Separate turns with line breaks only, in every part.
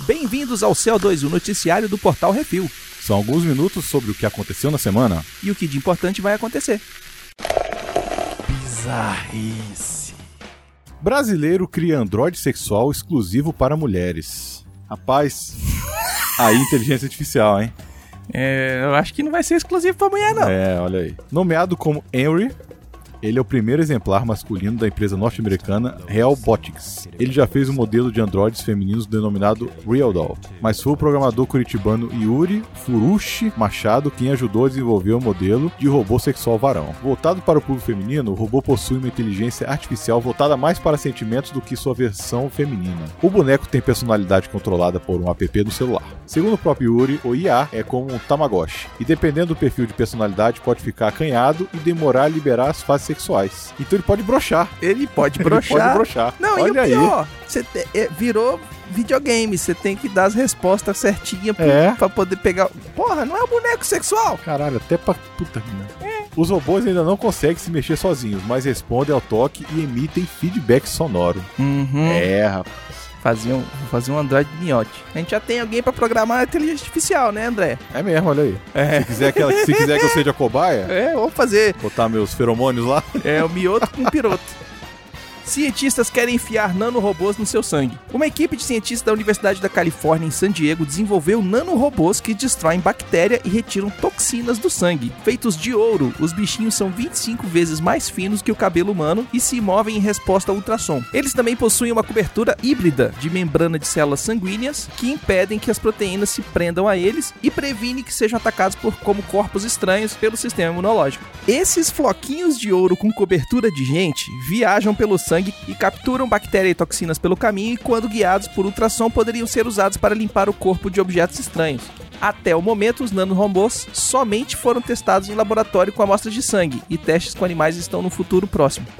Bem-vindos ao CO2, o noticiário do Portal Refil.
São alguns minutos sobre o que aconteceu na semana.
E o que de importante vai acontecer.
Bizarrice. Brasileiro cria androide sexual exclusivo para mulheres. Rapaz, aí inteligência artificial, hein?
É, eu acho que não vai ser exclusivo pra mulher, não.
É, olha aí. Nomeado como Henry, ele é o primeiro exemplar masculino da empresa norte-americana Realbotics. Ele já fez um modelo de androides femininos denominado RealDoll, mas foi o programador curitibano Yuri Furushi Machado quem ajudou a desenvolver o modelo de robô sexual varão. Voltado para o público feminino, o robô possui uma inteligência artificial voltada mais para sentimentos do que sua versão feminina. O boneco tem personalidade controlada por um app no celular. Segundo o próprio Yuri, o IA é como um Tamagotchi, e dependendo do perfil de personalidade pode ficar acanhado e demorar a liberar as fases sexuais. Então ele pode brochar.
Ele pode
brochar. Ele pode brochar.
Não,
Olha
e o
aí.
pior, você te- é, virou videogame, você tem que dar as respostas certinhas pro-
É.
pra poder pegar. Porra, não é um boneco sexual?
Caralho, até pra. Puta merda.
É.
Os robôs ainda não conseguem se mexer sozinhos, mas respondem ao toque e emitem feedback sonoro.
Uhum.
É, rapaz.
Fazer um, fazer um Android miote. A gente já tem alguém pra programar a inteligência artificial, né, André?
É mesmo, olha aí. Se quiser, aquela, se quiser que eu seja cobaia,
É, vamos fazer.
botar meus feromônios lá.
É o mioto com piroto. Cientistas querem enfiar nanorobôs no seu sangue. Uma equipe de cientistas da Universidade da Califórnia, em San Diego, desenvolveu nanorobôs que destroem bactéria e retiram toxinas do sangue. Feitos de ouro, os bichinhos são 25 vezes mais finos que o cabelo humano e se movem em resposta a ultrassom. Eles também possuem uma cobertura híbrida de membrana de células sanguíneas que impedem que as proteínas se prendam a eles e previne que sejam atacados por como corpos estranhos pelo sistema imunológico. Esses floquinhos de ouro com cobertura de gente viajam pelo sangue e capturam bactérias e toxinas pelo caminho e quando guiados por ultrassom poderiam ser usados para limpar o corpo de objetos estranhos. Até o momento, os nanorobôs somente foram testados em laboratório com amostras de sangue e testes com animais estão no futuro próximo.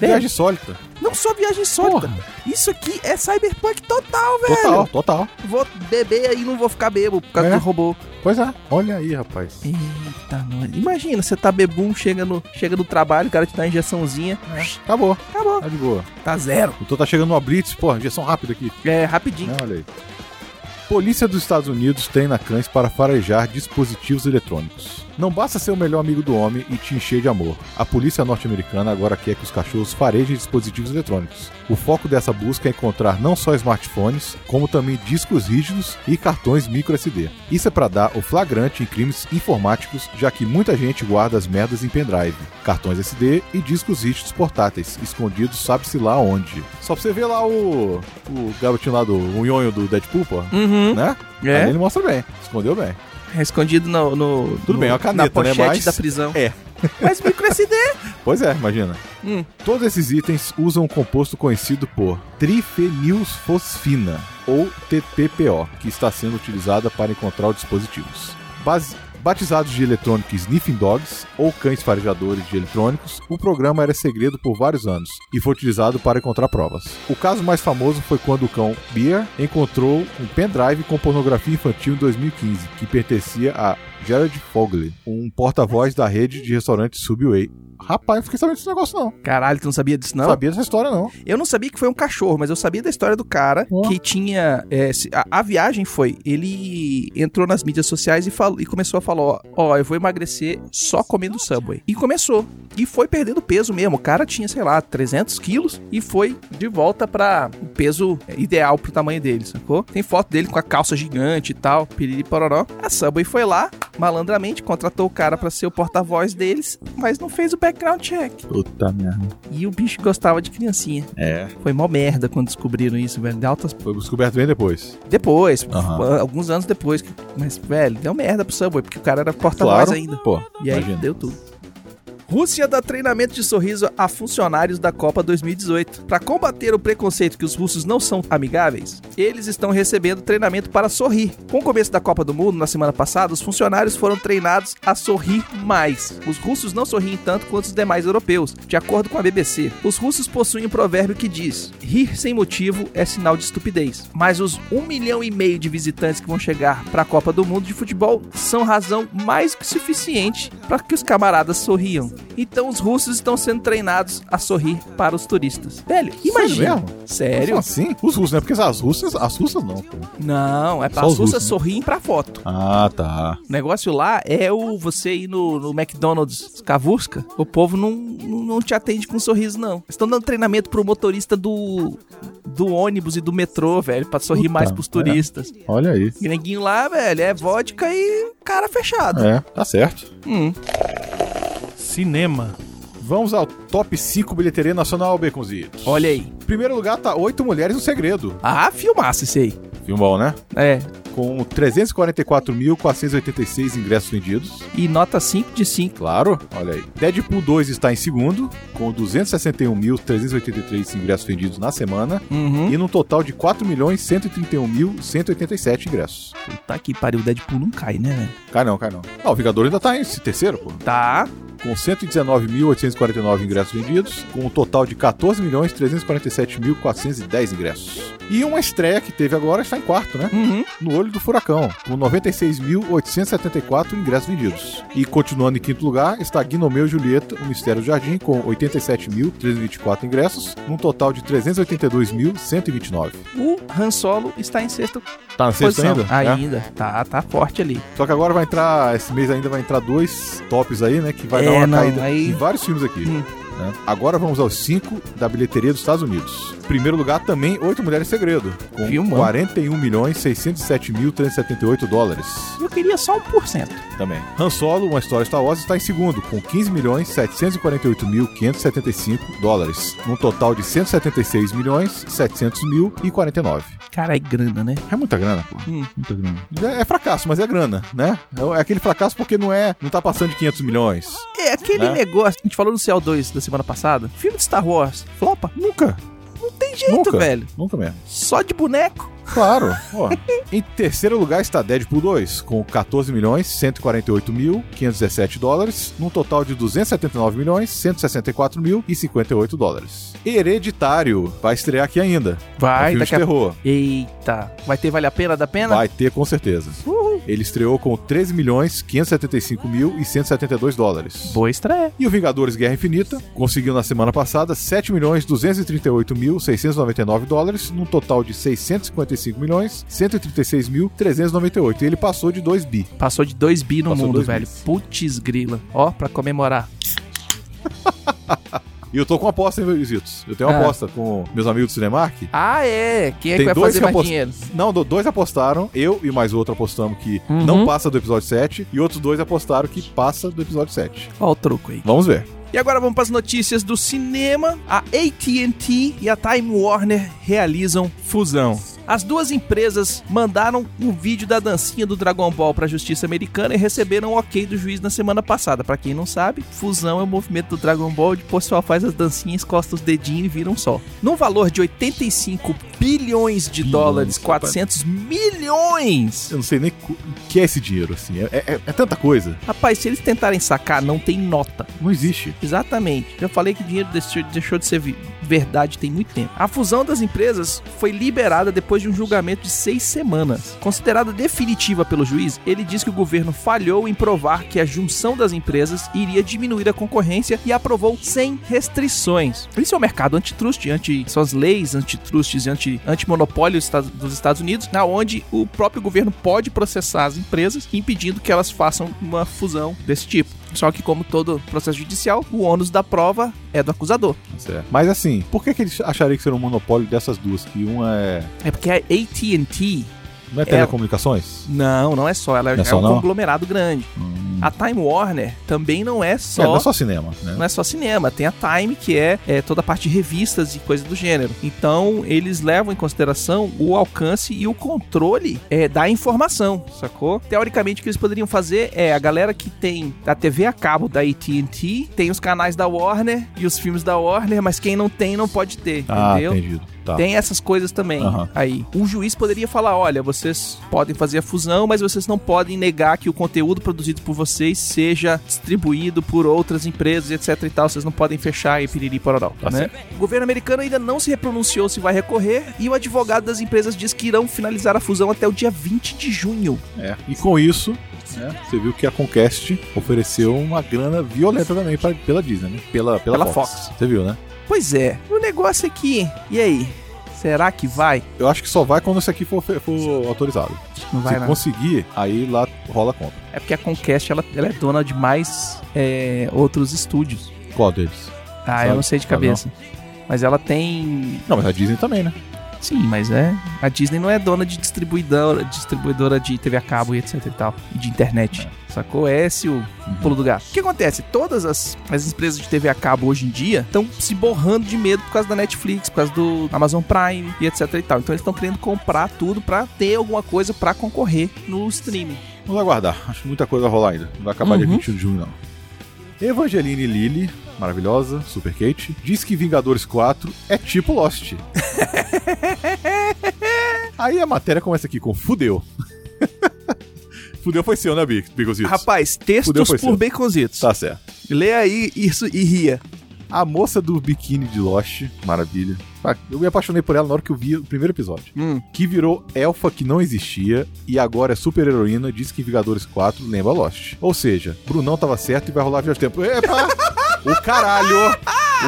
Viagem sólida.
Não só viagem sólida.
Porra.
Isso aqui é cyberpunk total, velho.
Total, total.
Vou beber aí e não vou ficar bebo por causa
É?
do robô.
Pois é, olha aí, rapaz.
Eita, mano. Imagina, você tá bebum, chega no, chega do trabalho, o cara te dá uma injeçãozinha.
Acabou,
Acabou.
É. tá de boa.
Tá zero.
Então tá chegando uma blitz, porra, injeção rápida aqui.
É, rapidinho.
É, olha aí. Polícia dos Estados Unidos treina cães para farejar dispositivos eletrônicos. Não basta ser o melhor amigo do homem e te encher de amor. A polícia norte-americana agora quer que os cachorros farejem dispositivos eletrônicos. O foco dessa busca é encontrar não só smartphones, como também discos rígidos e cartões micro SD. Isso é para dar o flagrante em crimes informáticos, já que muita gente guarda as merdas em pendrive, cartões SD e discos rígidos portáteis, escondidos sabe-se lá onde. Só pra você ver lá o, o garotinho lá do o nhonho do Deadpool, pô,
Uhum.
né? Aí
É.
ele mostra bem, escondeu bem.
É Escondido no. no-
Tudo
no-
bem, é uma caneta,
na pochete
né, mas-
da prisão.
É.
Mas micro SD.
Pois é, imagina.
Hum.
Todos esses itens usam um composto conhecido por trifenilfosfina, ou TPPO, que está sendo utilizada para encontrar os dispositivos. Bas- Batizados de eletrônicos Sniffing Dogs ou cães farejadores de eletrônicos, o programa era segredo por vários anos e foi utilizado para encontrar provas. O caso mais famoso foi quando o cão Beer encontrou um pendrive com pornografia infantil em 2015, que pertencia a Gerard Fogley, um porta-voz da rede de restaurantes Subway. Rapaz, eu fiquei sabendo desse negócio não.
Caralho, tu não sabia disso,
Não
não?
sabia dessa história, não.
Eu não sabia que foi um cachorro, mas eu sabia da história do cara
Ó.
que tinha. é, se- a, a viagem foi. Ele entrou nas mídias sociais e, falou- e começou a falar: ó, ó, eu vou emagrecer só comendo Subway. E começou. E foi perdendo peso mesmo. O cara tinha, sei lá, 300 quilos e foi de volta pra o peso ideal pro tamanho dele, sacou? Tem foto dele com a calça gigante e tal, piriri pororó. A Subway foi lá, malandramente, contratou o cara pra ser o porta-voz deles, mas não fez o background check.
Puta merda.
E o bicho gostava de criancinha.
É.
Foi mó merda quando descobriram isso, velho. De altas...
Foi descoberto bem depois.
Depois, ah,
Aham.
alguns anos depois. que- Mas, velho, deu merda pro Subway, porque o cara era porta-voz Tá ainda.
Pô,
E aí
imagina.
deu tudo. Rússia dá treinamento de sorriso a funcionários da Copa 2018. Para combater o preconceito que os russos não são amigáveis, eles estão recebendo treinamento para sorrir. Com o começo da Copa do Mundo, na semana passada, os funcionários foram treinados a sorrir mais. Os russos não sorriem tanto quanto os demais europeus, de acordo com a BBC. Os russos possuem um provérbio que diz: rir sem motivo é sinal de estupidez. Mas os 1 milhão e meio de visitantes que vão chegar para a Copa do Mundo de futebol são razão mais que suficiente para que os camaradas sorriam. Então os russos estão sendo treinados a sorrir para os turistas. Velho, imagina.
mesmo?
Sério?
Como assim? Os russos, né? Porque as russas, as russas não. pô.
Não, é para
Só
as
os
russas
russos, né?
sorrirem para foto.
Ah, tá.
O negócio lá é o você ir no, no McDonald's Cavusca, o povo não, não, não te atende com um sorriso, não. Eles estão dando treinamento pro motorista do, do ônibus e do metrô, velho, pra sorrir
Puta,
mais pros
é.
turistas.
Olha aí.
E neguinho lá, velho, é vodka e cara fechado.
É, tá certo.
Hum.
É.
Cinema.
Vamos ao top 5 bilheteria nacional, Baconzitos.
Olha aí.
Em primeiro lugar tá Oito Mulheres no Segredo.
Ah, filmaço esse aí.
Filmão, né?
É.
Com 344.486 ingressos vendidos.
E nota 5 de 5.
Claro, olha aí. Deadpool 2 está em segundo, com 261.383 ingressos vendidos na semana.
Uhum.
E num total de 4.131.187 ingressos.
Tá aqui, pariu. O Deadpool não cai, né, velho?
Cai não, cai não. Ah, o Vingador ainda tá em terceiro, pô.
Tá.
Com 119.849 ingressos vendidos, com um total de 14.347.410 ingressos. E uma estreia que teve agora está em quarto, né?
Uhum.
No Olho do Furacão, com 96.874 ingressos vendidos. E continuando em quinto lugar, está Guinomeu e Julieta, O Mistério do Jardim, com 87.324 ingressos, num total de 382.129.
O Han Solo está em sexta
Tá na sexta
posição.
ainda? É.
Ainda. Tá, tá forte ali.
Só que agora vai entrar, esse mês ainda vai entrar dois tops aí, né? Que vai
É,
dar uma
não,
caída
aí-
em vários filmes aqui.
Hum.
né? Agora vamos aos cinco da bilheteria dos Estados Unidos. Em primeiro lugar também, Oito Mulheres em Segredo, com
Filmão.
41 milhões 607.378 dólares
Eu queria só 1%.
também. Han Solo, Uma História Star Wars, está em segundo, com 15 milhões 748.575 dólares, num total de 176 milhões 700 mil e 49.
Cara, é grana, né?
É muita grana, pô.
Hum.
Muita grana. É, é fracasso, mas é grana, né? É, é aquele fracasso porque não é, não tá passando de 500 milhões.
É aquele
Né?
negócio. A gente falou no CO2 da semana passada. Filme de Star Wars. Flopa?
Nunca,
Não tem jeito,
Nunca.
velho.
nunca mesmo.
Só de boneco.
Claro. ó. em terceiro lugar está Deadpool 2, com 14 milhões 148 mil 517 dólares, num total de 279 milhões 164 mil e 58 dólares. Hereditário vai estrear aqui ainda. é um filme de
daqui a...
terror.
Eita. Vai ter Vale a Pena da Pena?
Vai ter com certeza.
Uhul.
Ele estreou com 13 milhões 575 mil e 172 dólares.
Boa estreia.
E o Vingadores Guerra Infinita conseguiu na semana passada 7.238.699 dólares, num total de 655.136.398. E ele passou de 2 bi.
Passou de 2 bi no
Passou
mundo,
dois
velho.
bis.
Putz grila. Ó, pra comemorar.
E eu tô com uma aposta, hein, Visitos? Eu tenho uma
Ah.
aposta com meus amigos do Cinemark.
Ah, é. Quem é que
Tem
vai
dois
fazer
que
mais
apost-
dinheiro?
Não, do- dois apostaram, eu e mais outro apostamos que
Uhum.
não passa do episódio 7, e outros dois apostaram que passa do episódio 7.
Ó o truco aí.
Vamos ver.
E agora vamos para as notícias do cinema. A AT&T e a Time Warner realizam fusão. As duas empresas mandaram um vídeo da dancinha do Dragon Ball para a justiça americana e receberam o ok do juiz na semana passada. Para quem não sabe, fusão é o movimento do Dragon Ball, depois só faz as dancinhas, costa os dedinhos e vira um só. Num valor de 85 bilhões de
Bilhões,
dólares,
rapaz.
400 milhões.
Eu não sei nem cu- o que é esse dinheiro, assim. É, é- é tanta coisa.
Rapaz, se eles tentarem sacar, não tem nota.
Não existe.
Exatamente. Já falei que o dinheiro deixou, deixou de ser vi- verdade tem muito tempo. A fusão das empresas foi liberada depois de um julgamento de seis semanas. Considerada definitiva pelo juiz, ele diz que o governo falhou em provar que a junção das empresas iria diminuir a concorrência e aprovou sem restrições. Isso é o mercado antitrust, anti, são as leis antitrustes e anti, antimonopólio dos Estados- dos Estados Unidos, na onde o próprio governo pode processar as empresas, impedindo que elas façam uma fusão desse tipo. Só que, como todo processo judicial, o ônus da prova é do acusador.
Certo. Mas assim, por que, que eles achariam que seria um monopólio dessas duas? Que uma é.
É porque a AT&T,
Não é telecomunicações?
não, não é só, ela é,
Não é só,
um
não?
conglomerado grande.
Hum.
A Time Warner também não é só...
É, não é só cinema, né?
Não é só cinema, tem a Time, que é, é, toda a parte de revistas e coisas do gênero. Então, eles levam em consideração o alcance e o controle é, da informação, sacou? Teoricamente, o que eles poderiam fazer é a galera que tem a TV a cabo da AT&T, tem os canais da Warner e os filmes da Warner, mas quem não tem não pode ter,
Ah,
entendeu?
entendido. Tá.
Tem essas coisas também
Aham.
aí. Um juiz poderia falar: olha, vocês podem fazer a fusão, mas vocês não podem negar que o conteúdo produzido por vocês seja distribuído por outras empresas, etc e tal. Vocês não podem fechar e piriri pororó,
Tá
né? O governo americano ainda não se repronunciou se vai recorrer e o advogado das empresas diz que irão finalizar a fusão até o dia 20 de junho.
É. E com isso, né? Você viu que a Conquest ofereceu uma grana violenta também pra- pela Disney, né? Pela, pela,
Pela Fox.
Você viu, né?
Pois é, o negócio aqui. E aí? Será que vai?
Eu acho que só vai quando isso aqui for, fe- for autorizado.
Não vai, né?
Se
não.
conseguir, aí lá rola a conta.
É porque a Conquest ela, ela é dona de mais é, outros estúdios.
Qual deles?
Ah,
Sabe?
eu não sei de
Sabe
cabeça. Mas ela tem.
Não, mas a Disney também, né?
Sim, mas é. A Disney não é dona de distribuidora, distribuidora de TV a cabo e etc e tal. E de internet. Sacou? É esse o
Uhum.
pulo do gato. O que acontece? Todas as, as empresas de TV a cabo hoje em dia estão se borrando de medo por causa da Netflix, por causa do Amazon Prime e etc e tal. Então eles estão querendo comprar tudo pra ter alguma coisa pra concorrer no streaming.
Vamos aguardar. Acho que muita coisa vai rolar ainda. Não vai acabar dia
Uhum.
21 de junho, não. Evangeline Lilly, maravilhosa, Super Kate, diz que Vingadores 4 é tipo Lost. Aí a matéria começa aqui com fudeu. fudeu foi seu, né, Bi- Bigositos?
Rapaz,
Fudeu,
textos
foi seu.
por baconzitos.
Tá certo.
Lê aí isso e ria.
A moça do biquíni de Lost, maravilha. Ah, Eu me apaixonei por ela na hora que eu vi o primeiro episódio.
Hum.
Que virou elfa que não existia e agora é super heroína, diz que Vingadores 4 lembra Lost. Ou seja, Brunão tava certo e vai rolar viagem tempo. Epa! o caralho!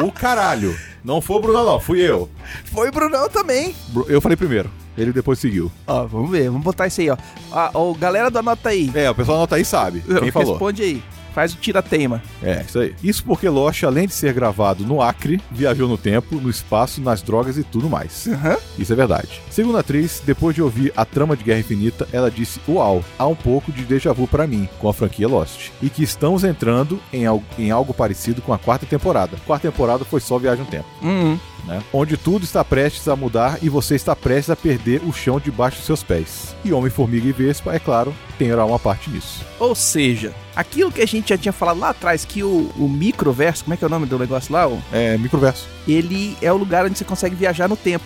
O caralho! Não foi o Brunão, não, fui eu.
Foi o Brunão também.
Bru- Eu falei primeiro, ele depois seguiu.
Ó, vamos ver, vamos botar isso aí, ó. Ah, ó, galera da nota aí.
É, o pessoal anota aí e sabe. Quem falou?
Responde aí. Faz o tira-teima.
É, isso aí. Isso porque Lost, além de ser gravado no Acre, viajou no tempo, no espaço, nas drogas e tudo mais. Isso é verdade. Segundo a atriz, depois de ouvir a trama de Guerra Infinita, ela disse: Uau, há um pouco de déjà vu pra mim com a franquia Lost. E que estamos entrando em, al- em algo parecido com a quarta temporada. Quarta temporada foi só Viagem no Tempo,
Uhum.
né? Onde tudo está prestes a mudar e você está prestes a perder o chão debaixo dos seus pés. E Homem, Formiga e Vespa, é claro, terá uma parte nisso.
Ou seja, aquilo que a gente já tinha falado lá atrás, que o, o microverso, como é que é o nome do negócio lá? ô?
É, microverso.
Ele é o lugar onde você consegue viajar no tempo.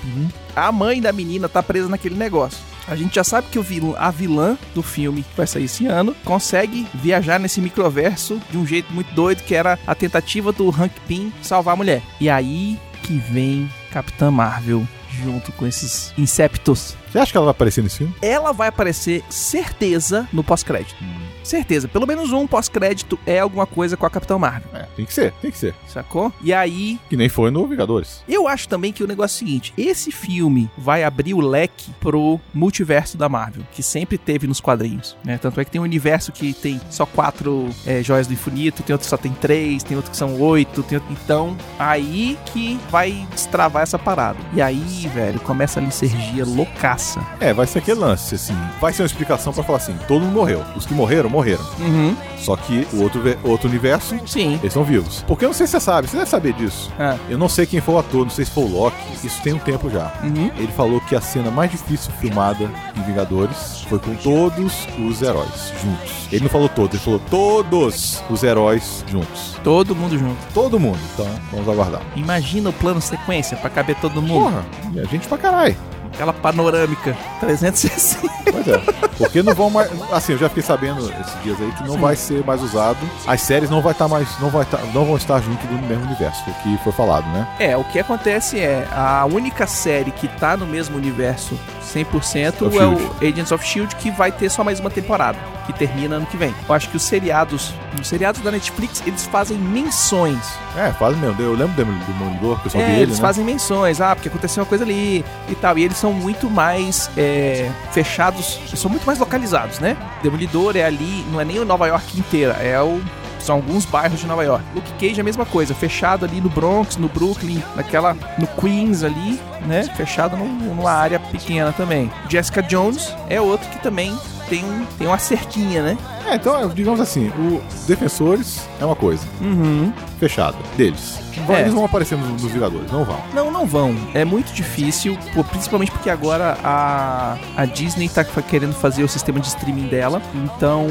A mãe da menina tá presa naquele negócio. A gente já sabe que o vil- a vilã do filme que vai sair esse ano consegue viajar nesse microverso de um jeito muito doido, que era a tentativa do Hank Pym salvar a mulher. E aí que vem Capitã Marvel junto com esses inceptos.
Você acha que ela vai aparecer nesse filme?
Ela vai aparecer certeza no pós-crédito. Certeza, pelo menos um pós-crédito é alguma coisa com a Capitã Marvel,
É, tem que ser, tem que ser.
sacou? E aí
Que nem foi no Vingadores.
eu acho também que o negócio é o seguinte: esse filme vai abrir o leque pro multiverso da Marvel, que sempre teve nos quadrinhos. Né? Tanto é que tem um universo que tem só quatro é, joias do infinito, tem outro que só tem três, tem outro que são oito, tem outro... Então, aí que vai destravar essa parada. E aí, velho, começa a lisergia loucaça.
É, vai ser aquele lance, assim. Vai ser uma explicação pra falar assim: todo mundo morreu. Os que morreram, morreram.
Uhum.
Só que o outro, ve- outro universo,
Sim.
eles são vivos. Porque eu não sei se você sabe, você deve saber disso.
Ah.
Eu não sei quem foi o ator, não sei se foi o Loki. Isso tem um tempo já.
Uhum.
Ele falou que a cena mais difícil filmada em Vingadores foi com todos os heróis juntos. Ele não falou todos, ele falou todos os heróis juntos.
Todo mundo junto.
Todo mundo. Então, vamos aguardar.
Imagina o plano sequência pra caber todo mundo.
Porra, é gente pra caralho.
Aquela panorâmica 360.
Pois é. Porque não vão mais. Assim, eu já fiquei sabendo esses dias aí que não
Sim.
vai ser mais usado. As séries não vai estar mais. Não, vai tá, não vão estar junto do mesmo universo, o que foi falado, né?
É, o que acontece é, a única série que tá no mesmo universo 100%
Of
é o
Shield.
Agents of S.H.I.E.L.D., que vai ter só mais uma temporada, que termina ano que vem. Eu acho que os seriados, os seriados da Netflix, eles fazem menções.
É, faz mesmo. Eu lembro do Demol- do Demolidor, que eu só vi
É,
ele,
eles
né?
fazem menções, ah, porque aconteceu uma coisa ali e tal. E eles são muito mais é, fechados, eles são muito mais localizados, né? Demolidor é ali, não é nem o Nova York inteira, é o. São alguns bairros de Nova York. Luke Cage é a mesma coisa, fechado ali no Bronx, no Brooklyn, naquela. no Queens ali, né? Fechado num- numa área pequena também. Jessica Jones é outro que também tem, um- tem uma cerquinha, né?
É, então, é, digamos assim, o Defensores é uma coisa.
Uhum.
Fechada. Deles. Vai-
É.
Eles vão aparecer nos, nos Vingadores, não vão.
Não, não vão. É muito difícil, pô, principalmente porque agora a, a Disney tá fa- querendo fazer o sistema de streaming dela. Então,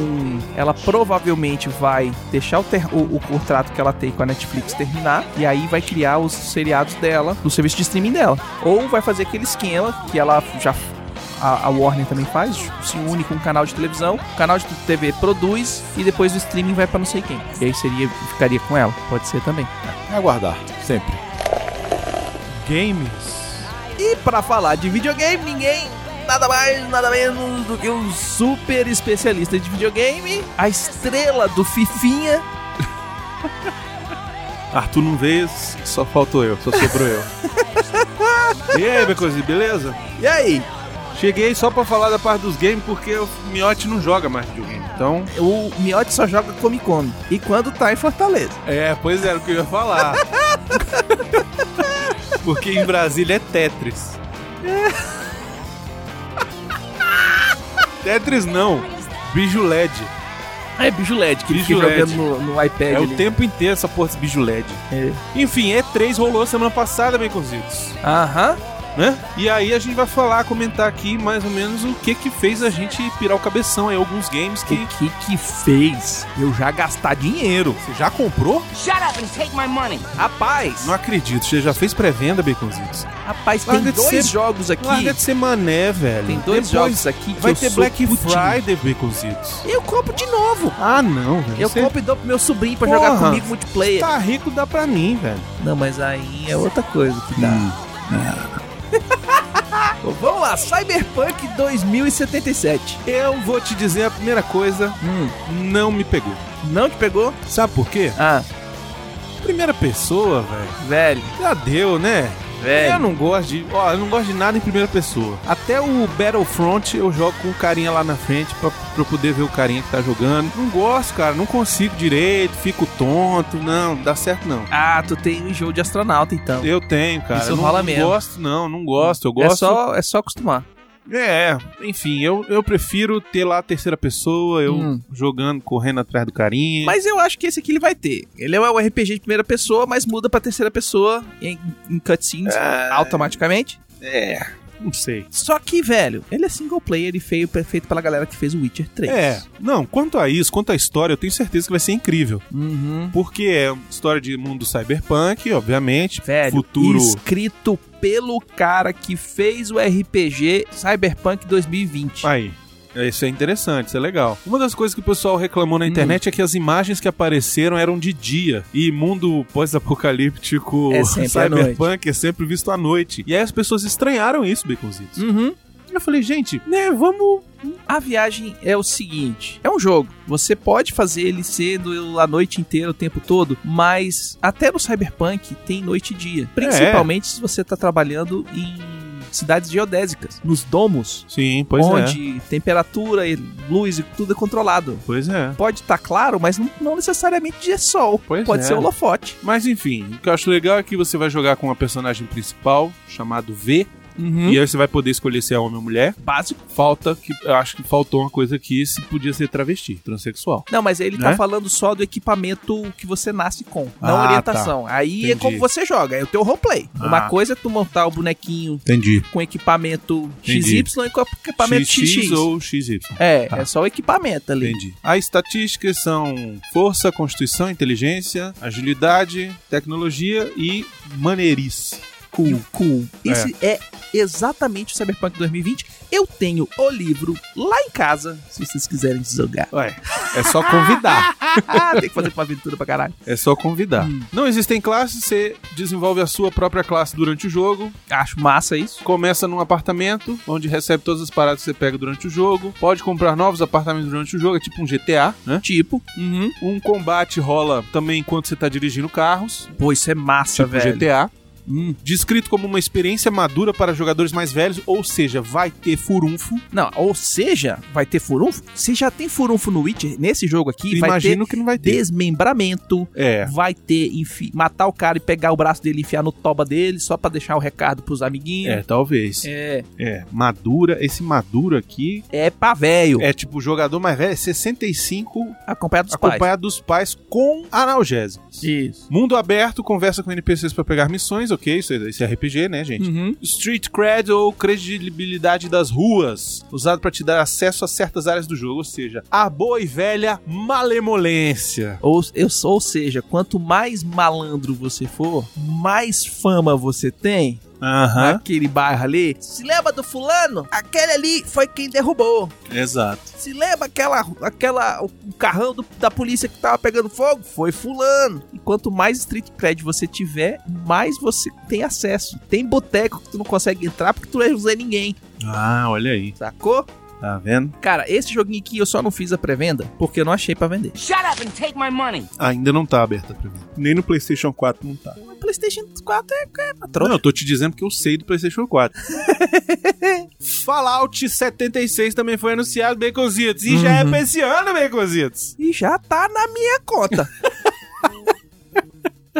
ela provavelmente vai deixar o, ter- o- o contrato que ela tem com a Netflix terminar e aí vai criar os seriados dela no serviço de streaming dela. Ou vai fazer aquele esquema que ela já a, a Warner também faz, se une com um canal de televisão, o canal de TV produz e depois o streaming vai pra não sei quem. E aí seria ficaria com ela, pode ser também.
É aguardar, sempre.
Games.
E pra falar de videogame, ninguém nada mais, nada menos do que um super especialista de videogame, a estrela do Fifinha,
Arthur não veio, só faltou eu, só sobrou eu. e aí, minha coisa, beleza?
E aí?
Cheguei só pra falar da parte dos games, porque o Miotti não joga mais videogame. Então,
O Miotti só joga Comic Con. E quando tá em Fortaleza.
É, pois era o que eu ia falar. Porque em Brasília é Tetris. Tetris não. Bijo LED.
É bicho LED que
ele
fica
fica
jogando
jogando
no, iPad.
É o tempo inteiro essa porra de bijo LED. Enfim, E3 rolou semana passada, bem cozidos.
Aham.
Né? E aí a gente vai falar, comentar aqui mais ou menos o que que fez a gente pirar o cabeção aí, alguns games que.
O que que fez eu já gastar dinheiro?
Você já comprou?
Shut up and take my money.
Rapaz,
Não acredito, você já fez pré-venda, Baconzitos?
rapaz, tem
Larga de
dois
ser-
jogos aqui.
Larga de ser mané, velho.
Tem dois
Depois
jogos aqui que
Vai
eu
ter
sou
Black
putinho.
Friday, Baconzitos.
Eu compro de novo.
Ah, não, velho.
Eu
Você
compro e dou pro meu sobrinho pra jogar
Porra.
comigo multiplayer.
tá rico, dá pra mim, velho.
Não, mas aí é outra coisa que dá. Hum. Bom, Vamos lá, Cyberpunk 2077.
Eu vou te dizer a primeira coisa,
Hum,
não me pegou.
não te pegou?
Sabe por quê?
Ah,
Primeira pessoa, velho,
velho,
já deu, né? Eu
velho.
não gosto de. Ó, eu não gosto de nada em primeira pessoa. Até o Battlefront eu jogo com o carinha lá na frente pra, pra eu poder ver o carinha que tá jogando. Não gosto, cara. Não consigo direito, fico tonto. Não, dá certo não.
Ah, tu tem um jogo de astronauta então.
Eu tenho, cara.
Isso
Eu não,
rola
não
mesmo.
gosto, não, não gosto. Eu gosto.
É só, é só acostumar.
É, enfim, eu, eu prefiro ter lá a terceira pessoa, eu
Hum.
jogando, correndo atrás do carinha.
Mas eu acho que esse aqui ele vai ter. Ele é um RPG de primeira pessoa, mas muda pra terceira pessoa em, em cutscenes automaticamente.
Ah, não sei.
Só que, velho, ele é single player e feio, feito pela galera que fez o Witcher 3.
É, não, quanto a isso, quanto à história, eu tenho certeza que vai ser incrível.
Uhum.
Porque é uma história de mundo cyberpunk, obviamente.
Velho,
futuro.
escrito pelo cara que fez o RPG Cyberpunk 2020.
Aí. é, Isso é interessante, isso é legal. Uma das coisas que o pessoal reclamou
Hum.
na internet é que as imagens que apareceram eram de dia. E mundo pós-apocalíptico
É sempre à
cyberpunk é sempre visto à noite. E aí as pessoas estranharam isso, Baconzitos.
Uhum.
Eu falei, gente, né, vamos.
A viagem é o seguinte: é um jogo. Você pode fazer ele cedo, a noite inteira, o tempo todo, mas até no Cyberpunk tem noite e
É.
dia. Principalmente se você tá trabalhando em cidades geodésicas, nos domos.
Sim, pois é.
onde temperatura e luz e tudo é controlado.
Pois é.
Pode estar claro, mas não, não necessariamente é sol.
Pois
Pode
é.
ser holofote.
Mas enfim, o que eu acho legal é que você vai jogar com uma personagem principal, chamado V,
Uhum.
e aí você vai poder escolher se é homem ou mulher.
Básico.
Falta que. Eu acho que faltou uma coisa aqui, se podia ser travesti, transexual.
Não, mas aí ele tá
Né?
falando só do equipamento que você nasce com, não
Ah,
orientação. Aí é
Entendi.
como você joga, é o teu roleplay.
Ah.
Uma coisa é tu montar o bonequinho
Entendi.
com equipamento
Entendi.
XY e com equipamento
XX,
XX.
ou XY.
É,
Tá.
é só o equipamento ali.
Entendi. As estatísticas são força, constituição, inteligência, agilidade, tecnologia e maneirice.
Cool, cool. Esse é. exatamente o Cyberpunk 2020. Eu tenho o livro lá em casa, se vocês quiserem jogar.
Ué, é só convidar.
Tem que fazer uma aventura pra caralho.
É só convidar.
Hum.
Não existem classes, você desenvolve a sua própria classe durante o jogo.
Acho massa isso.
Começa num apartamento, onde recebe todas as paradas que você pega durante o jogo. Pode comprar novos apartamentos durante o jogo, é tipo um GTA, né?
Tipo, uhum.
Um combate rola também enquanto você tá dirigindo carros,
pô, isso é massa,
tipo
velho.
GTA.
Hum.
Descrito como uma experiência madura para jogadores mais velhos, ou seja, vai ter furunfo.
Não, ou seja, vai ter furunfo. Se já tem furunfo no Witcher, nesse jogo aqui, vai ter
Imagino que não vai ter.
desmembramento,
É.
vai ter enfi- matar o cara e pegar o braço dele e enfiar no toba dele só pra deixar o recado pros
É,
amiguinhos.
talvez. É.
É,
Madura, esse madura aqui
é, pra velho,
é tipo o jogador mais velho, é 65
acompanhado dos pais.
acompanhado dos pais com analgésicos.
Isso.
Mundo aberto, conversa com NPCs pra pegar missões, ok? Isso é, isso é RPG, né, gente?
Uhum.
Street cred ou credibilidade das ruas, usado pra te dar acesso a certas áreas do jogo, ou seja, a boa e velha malemolência.
Ou, eu, ou seja, quanto mais malandro você for, mais fama você tem
Aham,
Aquele bairro ali. Se lembra do fulano? Aquele ali foi quem derrubou.
Né? exato.
Se lembra aquela, aquela, o carrão do- da polícia que tava pegando fogo? Foi fulano. E quanto mais street cred você tiver, mais você tem acesso. Tem boteco que tu não consegue entrar porque tu não é José ninguém,
Ah, olha aí.
sacou?
Tá vendo?
Cara, esse joguinho aqui eu só não fiz a pré-venda porque eu não achei pra vender.
Shut up and take my money.
Ainda não tá aberta pra mim. Nem no PlayStation 4 não tá.
O PlayStation 4 é, é patrão.
Não, eu tô te dizendo que eu sei do PlayStation 4. Fallout 76 também foi anunciado, Baconzitos. E já é pra esse ano, Baconzitos.
E já tá na minha conta.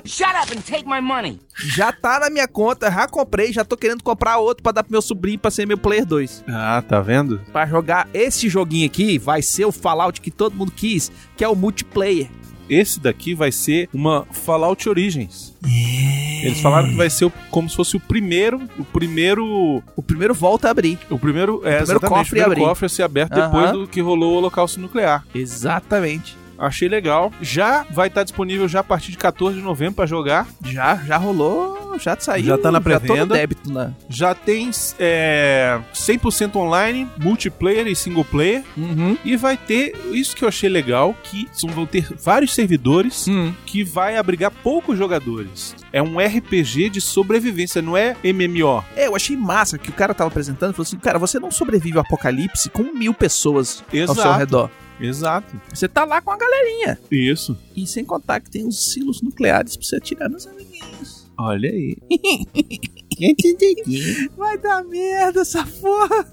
Shut up and take my money.
já tá na minha conta, já comprei, já tô querendo comprar outro pra dar pro meu sobrinho pra ser meu player 2.
Ah, tá vendo?
Pra jogar esse joguinho aqui, vai ser o Fallout que todo mundo quis, que é o multiplayer.
Esse daqui vai ser uma Fallout Origins. Eles falaram que vai ser o- como se fosse o primeiro, o primeiro,
O primeiro volta a abrir.
o primeiro, é,
primeiro
exatamente,
cofre
o
abrir.
primeiro cofre a ser aberto depois
Aham.
do que rolou o Holocausto Nuclear.
Exatamente.
Achei legal. Já vai estar disponível já a partir de 14 de novembro pra jogar.
Já, já rolou, já saiu.
Já tá na
Já tô no
pré-venda.
débito, né?
Já tem é, 100% online, multiplayer e single player.
Uhum.
E vai ter, isso que eu achei legal, que são- vão ter vários servidores
Hum.
que vai abrigar poucos jogadores. É um RPG de sobrevivência, não é MMO.
É, eu achei massa que o cara tava apresentando, falou assim, cara, você não sobrevive ao apocalipse com mil pessoas ao É seu redor.
exato.
Você tá lá com a galera.
Isso.
E sem contar que tem os silos nucleares pra você atirar nos amiguinhos.
Olha aí.
Vai dar merda essa porra.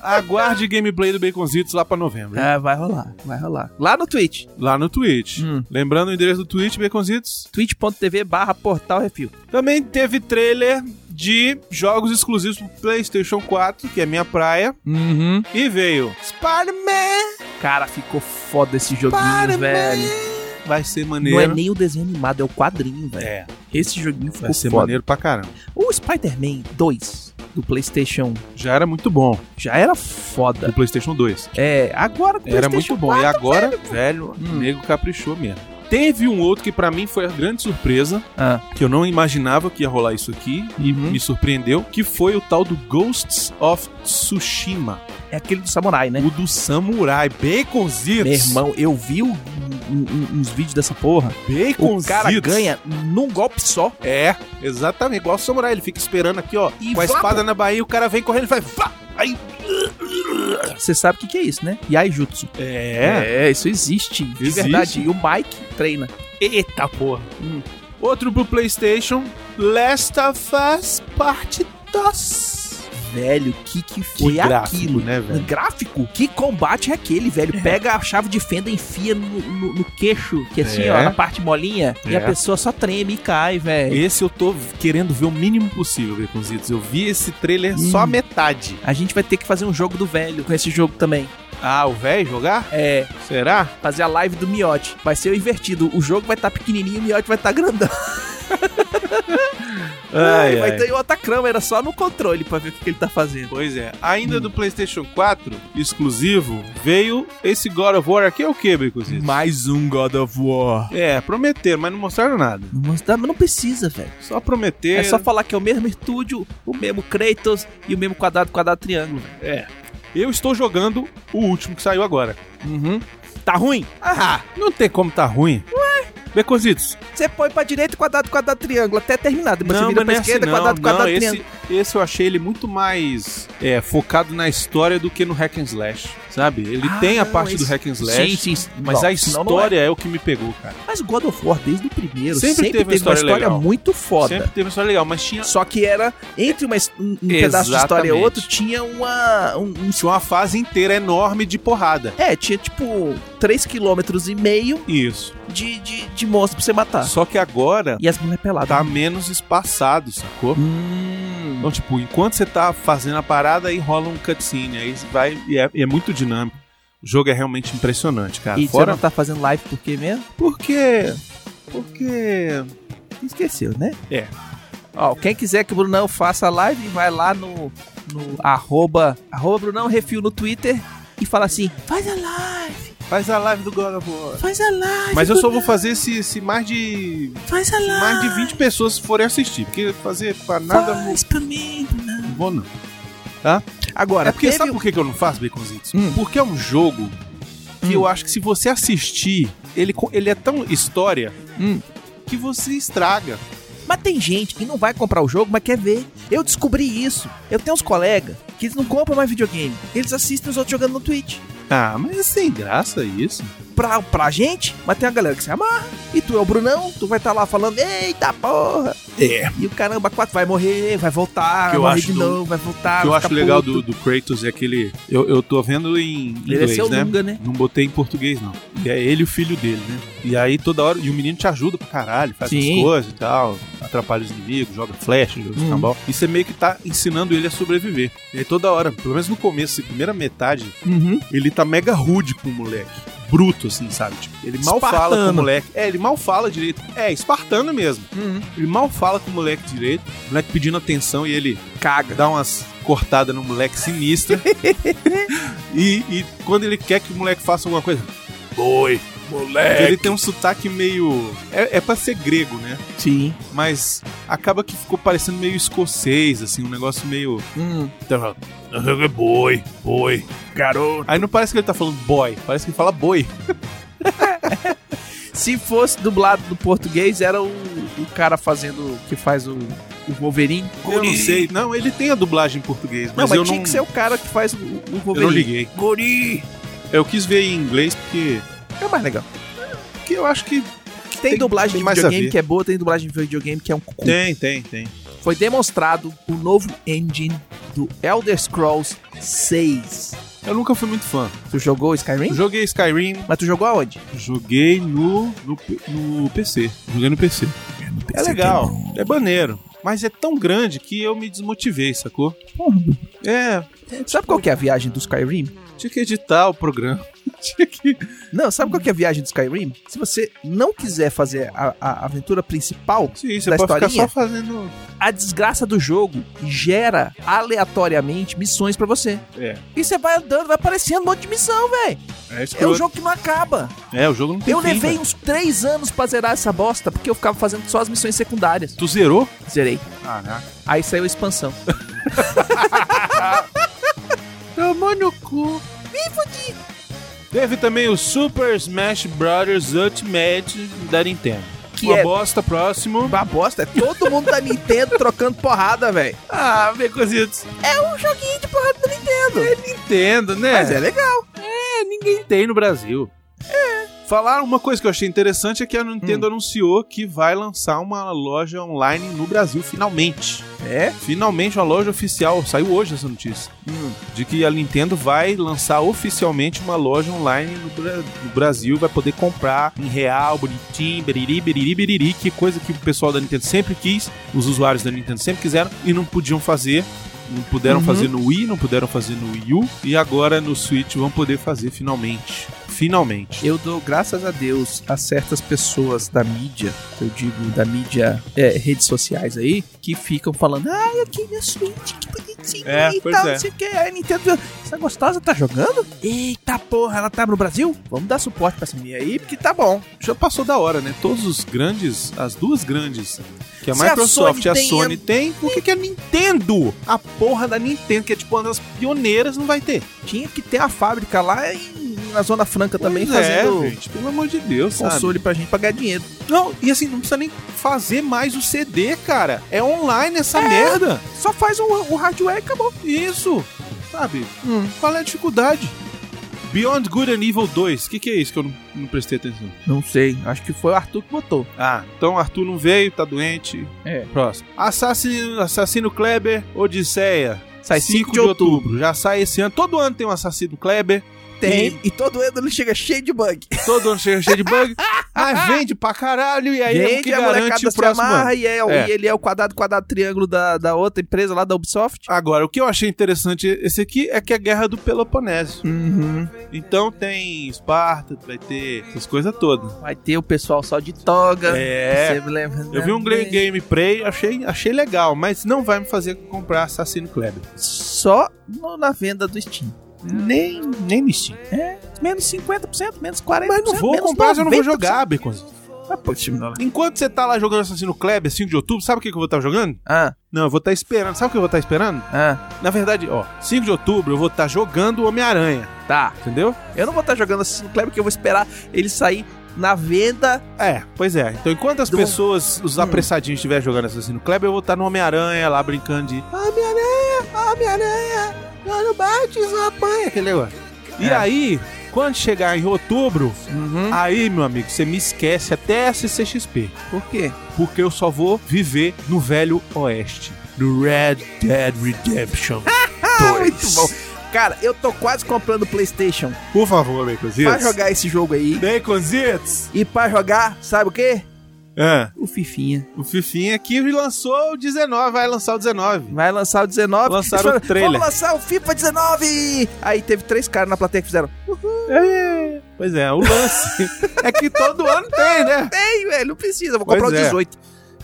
Aguarde gameplay do Baconzitos lá pra novembro.
É, vai rolar, vai rolar. Lá no Twitch.
Lá no Twitch.
Hum.
Lembrando o endereço do Twitch, Baconzitos.
twitch.tv barra portal refil.
Também teve trailer de jogos exclusivos pro PlayStation 4, que é minha praia.
Uhum.
E veio Spider-Man!
Cara, ficou foda esse joguinho,
Para,
velho.
Vai ser maneiro.
Não é nem o desenho animado, é o quadrinho, velho.
É,
Esse joguinho ficou
vai ser
foda.
maneiro pra caramba.
O Spider-Man 2 do PlayStation
Já era muito bom
já era
do
foda.
PlayStation 2.
É, agora com o
Era
PlayStation
muito bom.
4,
E agora, velho,
Hum.
o nego caprichou mesmo. Teve um outro que pra mim foi a grande surpresa,
Ah.
que eu não imaginava que ia rolar isso aqui, e
Uhum.
me surpreendeu, que foi o tal do Ghosts of Tsushima,
É aquele do samurai, né?
o do samurai, baconzitos.
Meu irmão, eu vi o- um- um- uns vídeos dessa porra. O
baconzitos.
cara ganha num golpe só.
É, exatamente, igual o samurai, ele fica esperando aqui, ó,
E
com a
vá,
espada na Bahia, o cara vem correndo e faz vá! Aí,
Você sabe o que, que é isso, né? Yaijutsu.
é.
isso existe. De
Existe.
verdade. E o Mike treina. Eita porra.
Outro pro Playstation, Last of Us Part 2.
Velho, o que, que foi
gráfico,
aquilo?
né, velho?
Um Gráfico? Que combate é aquele, velho? Pega a chave de fenda, enfia no, no- no queixo, que assim,
É.
ó, na parte molinha, e a
É.
pessoa só treme e cai, velho.
Esse eu tô querendo ver o mínimo possível, Baconzitos. Eu vi esse trailer
Hum.
só a metade.
A gente vai ter que fazer um jogo do velho com esse jogo também.
Ah, o velho jogar?
É,
Será?
fazer a live do miote. Vai ser o invertido. O jogo vai estar pequenininho e o miote vai estar grandão.
Ai,
vai
ai.
ter outra câmera só no controle pra ver o que que ele tá fazendo.
Pois é. Ainda do PlayStation 4, exclusivo, veio esse God of War aqui. É o que, Baconzitos?
Mais um God of War.
É, prometeram, mas não mostraram nada.
Mas dá- mas não precisa, velho.
Só prometeram.
É só falar que é o mesmo estúdio, o mesmo Kratos e o mesmo quadrado, quadrado, triângulo.
Eu estou jogando o último que saiu agora.
Uhum. Tá ruim? Ah,
Não tem como tá ruim. Ué? Baconzitos.
você põe pra direita, quadrado, quadrado, triângulo, até terminar. Depois você
Não,
vira
mas
pra
não é assim,
esquerda,
não.
quadrado, quadrado,
não esse,
triângulo.
esse eu achei ele muito mais é, focado na história do que no hack and slash, sabe? Ele
Ah,
tem a
não,
parte
esse-
do hack and slash,
sim, sim.
mas
Não,
a
senão não é.
história é. o que me pegou, cara.
Mas o God of War, desde o primeiro, sempre,
Sempre
teve,
teve uma
uma
história
história
legal.
muito foda.
Sempre teve uma história legal, mas tinha,
Só que era, entre uma his- um, um pedaço de história e
Exatamente.
outro, tinha uma... Um, um-
tinha uma fase inteira enorme de porrada.
é, tinha tipo 3,5 km e meio
Isso.
de, de, de monstro pra você matar.
Só que agora
E as mulheres peladas.
tá menos espaçado, sacou?
Hum.
Então, tipo, enquanto você tá fazendo a parada, aí rola um cutscene, aí vai e é, e é muito dinâmico. O jogo é realmente impressionante, cara.
E você
Fora
não tá fazendo live por quê mesmo?
porque porque
Esqueceu, né?
É.
Ó, quem quiser que o Brunão faça a live, vai lá no, no arroba, arroba Brunão Refil no Twitter e fala assim, faz a live,
Faz a live do God of War.
Faz a live.
Mas eu só vou fazer se, se mais de
Faz a live.
mais de 20 pessoas forem assistir, porque fazer pra nada eu não
pra mim.
não vou não.
Agora,
É porque
teve
sabe
um-
por que que eu não faço baconzitos?
Hum.
Porque é um jogo que eu acho que se você assistir, ele, co- ele é tão história
Hum.
que você estraga.
Mas tem gente que não vai comprar o jogo, mas quer ver. Eu descobri isso. Eu tenho uns colegas que eles não compram mais videogame. Eles assistem os outros jogando no Twitch.
Ah, mas é sem graça isso.
Pra, pra gente, mas tem uma galera que se amarra. E tu é o Brunão, tu vai estar lá falando, eita porra!
É.
E o caramba, quatro vai morrer, vai voltar,
O que
vai
eu
morrer
acho
de
do-
novo, vai voltar.
o que eu
vai
acho
ficar
legal
puto.
do, do Kratos é aquele. Eu, eu tô vendo em
Ele é
inglês,
seu
né?
Lunga, né?
Não botei em português, não. E é ele e o filho dele, né? E aí toda hora. E o menino te ajuda pra caralho, faz
Sim.
as coisas e tal, atrapalha os inimigos, joga flecha, joga
Uhum.
escambau. E você meio que tá ensinando ele a sobreviver. E aí toda hora, pelo menos no começo, assim, primeira metade,
Uhum.
ele tá mega rude com o moleque. Bruto, assim, sabe? Tipo, ele mal fala com
Espartano.
o moleque. É, ele mal fala direito. É, espartano mesmo.
Uhum.
Ele mal fala com o moleque direito. O moleque pedindo atenção e ele
Caga.
dá umas cortadas no moleque sinistra. e, e quando ele quer que o moleque faça alguma coisa. Boi, moleque. Ele tem um sotaque meio. É, é pra ser grego, né?
Sim.
Mas acaba que ficou parecendo meio escocês, assim, um negócio meio.
Hum. é
Boi, boi, garoto. Aí não parece que ele tá falando boy, parece que ele fala boi.
Se fosse dublado do português, era o, o cara fazendo que faz o, o Wolverine.
Eu não sei. Não, ele tem a dublagem em português,
Não,
mas,
mas,
eu
tinha
não.
que ser o cara que faz o, o
eu não
Wolverine.
liguei.
Guri!
Eu quis ver em inglês porque.
É mais legal.
Que eu acho que.
Tem,
Tem-
dublagem
tem
de
mais a
videogame
ver.
que é boa, tem dublagem de videogame que é um cucu.
Tem, tem, tem.
Foi demonstrado o novo engine do Elder Scrolls 6.
Eu nunca fui muito fã.
Tu jogou Skyrim?
Joguei Skyrim,
Mas tu jogou aonde?
Joguei no, no, P- no PC. Joguei no PC. É legal, é maneiro. Mas é tão grande que eu me desmotivei, sacou? É,
Sabe qual que é a viagem do Skyrim?
tinha que editar o programa. Tinha que.
Não, sabe qual que é a viagem do Skyrim? Se você não quiser fazer a, a aventura principal,
Sim, você
Da
pode é ficar
historinha?
só fazendo.
a desgraça do jogo gera aleatoriamente missões pra você.
É.
E você vai andando, vai aparecendo um monte de missão, velho.
É,
É um
escroto.
jogo que não acaba.
é, o jogo não tem
Eu
fim,
levei
velho.
uns três anos pra zerar essa bosta, porque eu ficava fazendo só as missões secundárias.
Tu zerou?
Zerei.
Caraca.
Aí saiu a expansão.
Tomou no cu. Me fudi. Teve também o Super Smash Bros. Ultimate da Nintendo.
Que
Uma
é-
bosta próximo.
Uma bosta, é todo mundo da Nintendo trocando porrada, velho.
Ah, meu cozidos.
É um joguinho de porrada da Nintendo.
Nintendo, né?
Mas é legal.
ninguém tem no Brasil. É. Falar uma coisa que eu achei interessante é que a
Hum.
Nintendo anunciou que vai lançar uma loja online no Brasil, finalmente.
É? Hum.
Finalmente, uma loja oficial. Saiu hoje essa notícia. De que a Nintendo vai lançar oficialmente uma loja online no, Bra- no Brasil. Vai poder comprar em real, bonitinho, beriri, beriri, beriri. Que coisa que o pessoal da Nintendo sempre quis. Os usuários da Nintendo sempre quiseram e não podiam fazer. Não puderam
Uhum.
fazer no Wii, não puderam fazer no Wii U. E agora no Switch vão poder fazer finalmente. Finalmente.
Eu dou graças a Deus a certas pessoas da mídia, que eu digo da mídia, é, redes sociais aí, que ficam falando, ai, aqui na Switch, que bonitinho
É,
e
pois
tal,
é.
não sei o que, a Nintendo, essa gostosa tá jogando? Eita porra, ela tá no Brasil? Vamos dar suporte pra essa minha aí, porque tá bom.
já passou da hora, né? Todos os grandes, as duas grandes, que a
Se a
Microsoft e a
Sony tem,
Sony tem, por que, que a Nintendo, a porra da Nintendo, que é tipo uma das pioneiras, não vai ter?
Tinha que ter a fábrica lá em- na Zona Franca Tá também
Pois é,
fazendo
gente, pelo amor de Deus, sabe?
console pra gente pagar dinheiro.
Não, e assim, não precisa nem fazer mais o CD, cara. É online essa merda.
Só faz o, o hardware e acabou. Hum.
Isso, sabe? Qual é a dificuldade? Beyond Good and Evil 2, o que, que é isso que eu não, não prestei atenção?
Não sei, acho que foi o Arthur que botou.
Ah, então o Arthur não veio, tá doente.
É.
Próximo. Assassino, assassino Kleber, Odisseia.
Sai 5 de outubro.
Já sai esse ano. Todo ano tem um assassino Kleber.
Tem, e todo ano ele chega cheio de bug.
Todo ano chega cheio de bug. Mas vende pra caralho e aí é o
Vende,
que
a
garante
molecada
o
se
próximo ano.
amarra e, é, o-
É.
e ele é o quadrado, quadrado, triângulo da, da outra empresa lá da Ubisoft.
Agora, o que eu achei interessante esse aqui é que é a guerra do Peloponeso.
Uhum.
Então tem Esparta, vai ter essas coisas todas.
Vai ter o pessoal só de toga.
É.
Você me lembra- né?
Eu vi um gla- gameplay, achei, achei legal, mas não vai me fazer comprar Assassino Kleber.
Só no- na venda do Steam. nem, nem no Steam. É menos 50%, menos 40%.
Mas não vou
menos
comprar se eu não vou
90%.
jogar, Bacons.
Ah, pô, time da-
Enquanto você tá lá jogando Assassino Kleber, 5 de outubro, sabe o que, que eu vou estar jogando?
Ah,
Não, eu vou estar esperando. Sabe o que eu vou estar esperando?
ah,
Na verdade, ó, 5 de outubro eu vou estar jogando Homem-Aranha,
tá.
entendeu?
Eu não vou estar jogando Assassin's Creed porque eu vou esperar ele sair na venda.
É, pois é. Então, enquanto as
Do-
pessoas, os apressadinhos, estiverem jogando Assassino Kleber, eu vou estar no Homem-Aranha lá brincando de Homem-Aranha, Homem-Aranha, lá no bate, só apanha, aquele negócio. E
É.
aí, quando chegar em outubro,
Uhum.
aí, meu amigo, você me esquece até a CCXP.
Por quê?
porque eu só vou viver no velho oeste. No Red Dead Redemption.
Ah, Muito bom. Cara, eu tô quase comprando o PlayStation
Por favor, Baconzitos.
pra jogar esse jogo aí.
Baconzitos.
E pra jogar, sabe o quê?
Ah,
O Fifinha.
o Fifinha aqui lançou o 19, vai lançar o 19.
Vai lançar o 19.
Lançaram
Eles falaram,
o
Vamos
trailer.
lançar o FIFA 19! Aí teve três caras na plateia que fizeram.
Pois é, o lance é que todo ano tem, né?
Ei, velho, não precisa, eu vou comprar
Pois
o
é.
18.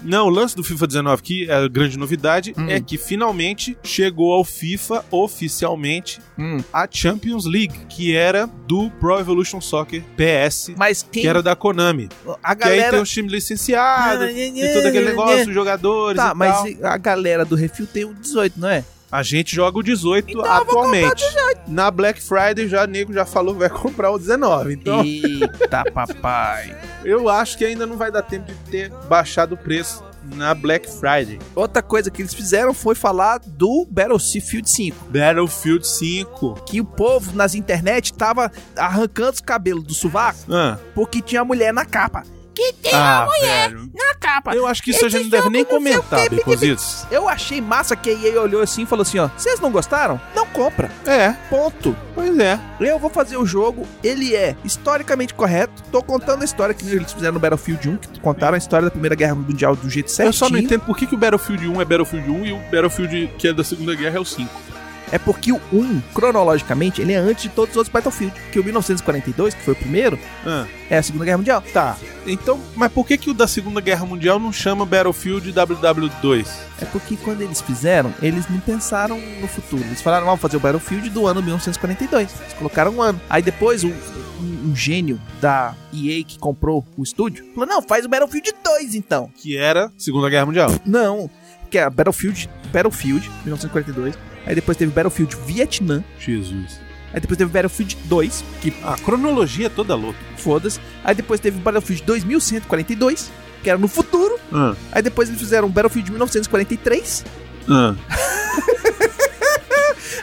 Não, o lance do FIFA 19, que é a grande novidade,
Hum.
é que finalmente chegou ao FIFA oficialmente
Hum.
a Champions League, que era do Pro Evolution Soccer PS,
Mas quem.
que era da Konami.
A
Que aí tem
galera. Ah, né,
os times licenciados e todo aquele negócio, os jogadores e
Tá,
tal.
mas e a galera do refil tem o 18, não é?
A gente joga o 18
Então,
atualmente. Na Black Friday já nego já falou que vai comprar o 19. Então
Eita, papai.
eu acho que ainda não vai dar tempo de ter baixado o preço na Black Friday.
Outra coisa que eles fizeram foi falar do Battlefield 5.
Battlefield 5.
que o povo nas internet tava arrancando os cabelos do sovaco
Ah,
porque tinha mulher na capa. Que tem
ah velho.
na capa?
Eu acho que isso a gente não deve nem comentar, Beconzitos.
Eu achei massa que a EA olhou assim e falou assim, ó, vocês não gostaram? Não compra.
É,
Ponto.
pois é.
Eu vou fazer o jogo, ele é historicamente correto. Tô contando a história que eles fizeram no Battlefield 1, que contaram a história da Primeira Guerra Mundial do jeito certinho.
Eu só não entendo por que, que o Battlefield 1 é Battlefield 1 e o Battlefield que é da Segunda Guerra é o 5.
É porque o 1, cronologicamente, ele é antes de todos os outros Battlefield. Que o 1942, que foi o primeiro,
Ah.
é a Segunda Guerra Mundial.
Tá. Então, mas por que que o da Segunda Guerra Mundial não chama Battlefield WW2?
É porque quando eles fizeram, eles não pensaram no futuro. Eles falaram, "Ah, vamos fazer o Battlefield do ano 1942. Eles colocaram um ano. Aí depois, um, um- um gênio da EA que comprou o estúdio falou: não, faz o Battlefield 2 então.
Que era Segunda Guerra Mundial.
Não, que era Battlefield, Battlefield 1942. Aí depois teve Battlefield Vietnã.
Jesus.
Aí depois teve Battlefield 2, que
A cronologia é toda louca.
foda-se. Aí depois teve Battlefield 2142, que era no futuro.
Ah,
Aí depois eles fizeram Battlefield 1943.
ah.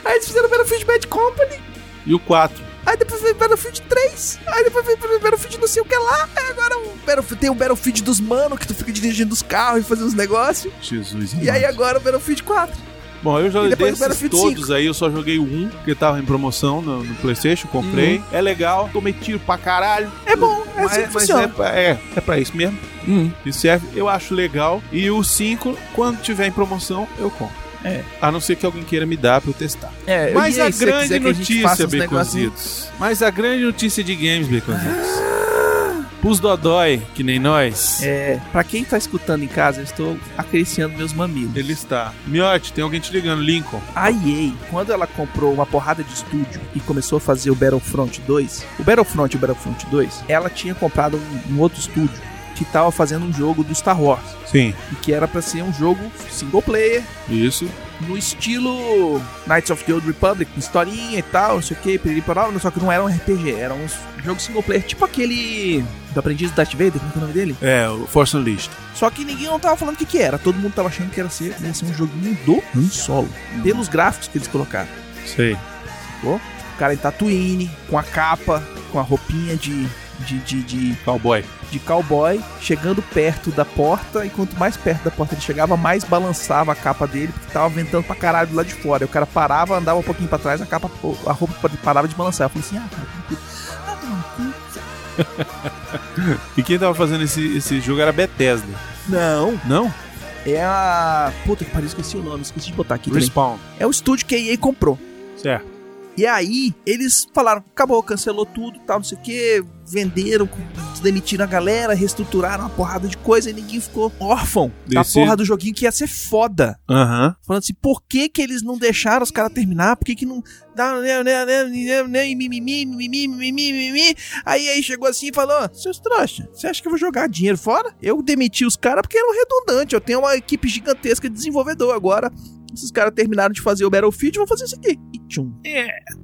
Aí eles fizeram Battlefield Bad Company.
E o 4?
Aí depois veio Battlefield 3. Aí depois veio Battlefield não sei o que lá. Aí agora o Battlefield- tem o Battlefield dos mano, que tu fica dirigindo os carros e fazendo os negócios.
Jesus.
E aí agora o Battlefield 4.
Bom, eu já
E depois o
desses
Battlefield
todos aí, eu só joguei o 1, porque tava em promoção no, no Playstation, comprei. É legal, tomei tiro pra caralho.
É bom, Uhum. é assim que
mas é,
funciona.
pra- é, é Hum. pra isso mesmo. Isso serve, eu acho legal. E o 5, quando tiver em promoção, eu compro.
É.
A não ser que alguém queira me dar pra eu testar.
É,
Mas
e aí,
a
se você
grande
quiser que a gente faça
notícia,
uns negócios-
Beconzitos. Mas a grande notícia de games, Beconzitos. Pros dodói, que nem nós,
É, pra quem tá escutando em casa, eu estou acariciando meus mamilos.
ele está. Miote, tem alguém te ligando, Lincoln.
A EA, quando ela comprou uma porrada de estúdio e começou a fazer o Battlefront 2, o Battlefront e o Battlefront 2, ela tinha comprado um, um outro estúdio que tava fazendo um jogo do Star Wars,
Sim.
e que era pra ser um jogo single player,
Isso.
no estilo Knights of the Old Republic, com historinha e tal, não sei o que, piririparau, só que não era um RPG, era um jogo single player, tipo aquele do aprendiz do Darth Vader, como que é o nome dele?
É, o Force Unleashed.
Só que ninguém não tava falando o que que era, todo mundo tava achando que era ser, ia ser um joguinho do Han Solo, pelos gráficos que eles colocaram.
Sei.
O cara em Tatooine, com a capa, com a roupinha de- de, de, de
Cowboy.
de cowboy, chegando perto da porta, e quanto mais perto da porta ele chegava, mais balançava a capa dele, porque tava ventando pra caralho lá de fora. E o cara parava, andava um pouquinho pra trás, a capa, a roupa parava de balançar. Eu falei assim, ah, cara, que tudo. Ah, não, que-
E quem tava fazendo esse, esse jogo era a Bethesda.
Não,
Não?
é a. Puta que pariu, esqueci o nome, esqueci de botar aqui. também.
Respawn.
É o estúdio que a EA comprou.
Certo.
E aí, eles falaram, acabou, cancelou tudo, tal, não sei o que, venderam, demitiram a galera, reestruturaram uma porrada de coisa e ninguém ficou órfão da
Desse-
porra do joguinho que ia ser foda.
Aham.
Falando assim, por que que eles não deixaram os caras terminar? Por que que não... dá- né, né, né, né, né, e mimimi, mimimi, mimimi, mimimi. Aí, aí chegou assim e falou, seus trouxa, você acha que eu vou jogar dinheiro fora? Eu demiti os caras porque eram redundante. Eu tenho uma equipe gigantesca de desenvolvedor agora. Esses caras terminaram de fazer o Battlefield, vão fazer isso aqui. E tchum.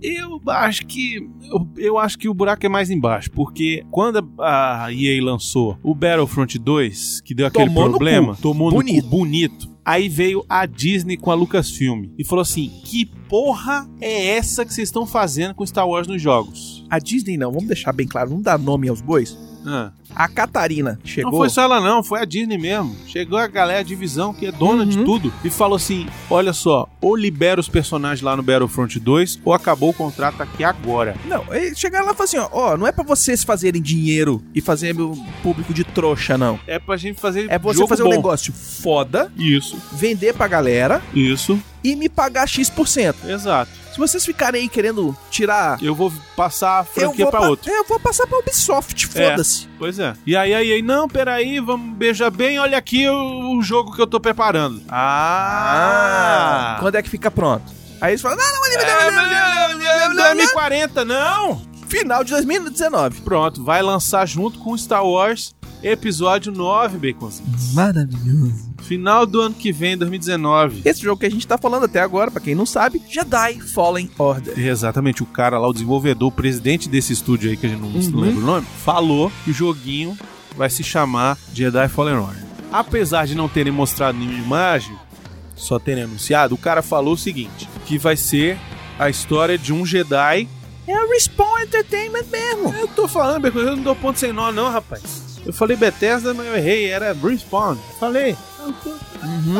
Eu acho que. Eu, eu acho que o buraco é mais embaixo. Porque quando a a EA lançou o Battlefront 2, que deu aquele
Tomou no
problema, tomou bonito.
Bonito.
no cu bonito. Aí veio a Disney com a Lucasfilm e falou assim: que porra é essa que vocês estão fazendo com Star Wars nos jogos?
A Disney não, vamos deixar bem claro, vamos dar nome aos bois.
Ah.
A Catarina
Não
chegou...
foi só ela não, foi a Disney mesmo. Chegou a galera, a divisão, que é dona de tudo, e falou assim, olha só, ou libera os personagens lá no Battlefront 2, ou acabou o contrato aqui agora.
Não, eles chegaram lá e falaram assim, ó, ó, não é pra vocês fazerem dinheiro e fazer o público de trouxa, não.
É pra gente fazer
É você
jogo
fazer
bom.
um negócio foda,
Isso,
vender pra galera
isso,
e me pagar X%. Se
exato.
vocês ficarem aí querendo tirar.
Eu vou passar a
Eu
franquia
vou,
pra
pa- é,
outro.
eu vou passar pra Ubisoft, foda-se.
Pois é. E aí, aí, aí, não, peraí, vamos beijar bem, olha aqui o, o jogo que eu tô preparando. Ah!
Quando é que fica pronto? Aí eles falam, "Ah, não, não, ele me deu-
É, 2040, não!
final de 2019.
Pronto, vai lançar junto com Star Wars Episódio 9, Baconzinho.
Maravilhoso.
Final do ano que vem, 2019.
Esse jogo que a gente tá falando até agora, pra quem não sabe, Jedi Fallen Order.
Exatamente, o cara lá, o desenvolvedor, o presidente desse estúdio aí, que a gente não
Uhum.
lembra o nome, falou que o joguinho vai se chamar Jedi Fallen Order. Apesar de não terem mostrado nenhuma imagem, só terem anunciado, o cara falou o seguinte, que vai ser a história de um Jedi...
É a Respawn Entertainment mesmo.
Eu tô falando, Beco, eu não dou ponto sem nó não, rapaz. Eu falei Bethesda, mas eu errei, era Respawn. Falei.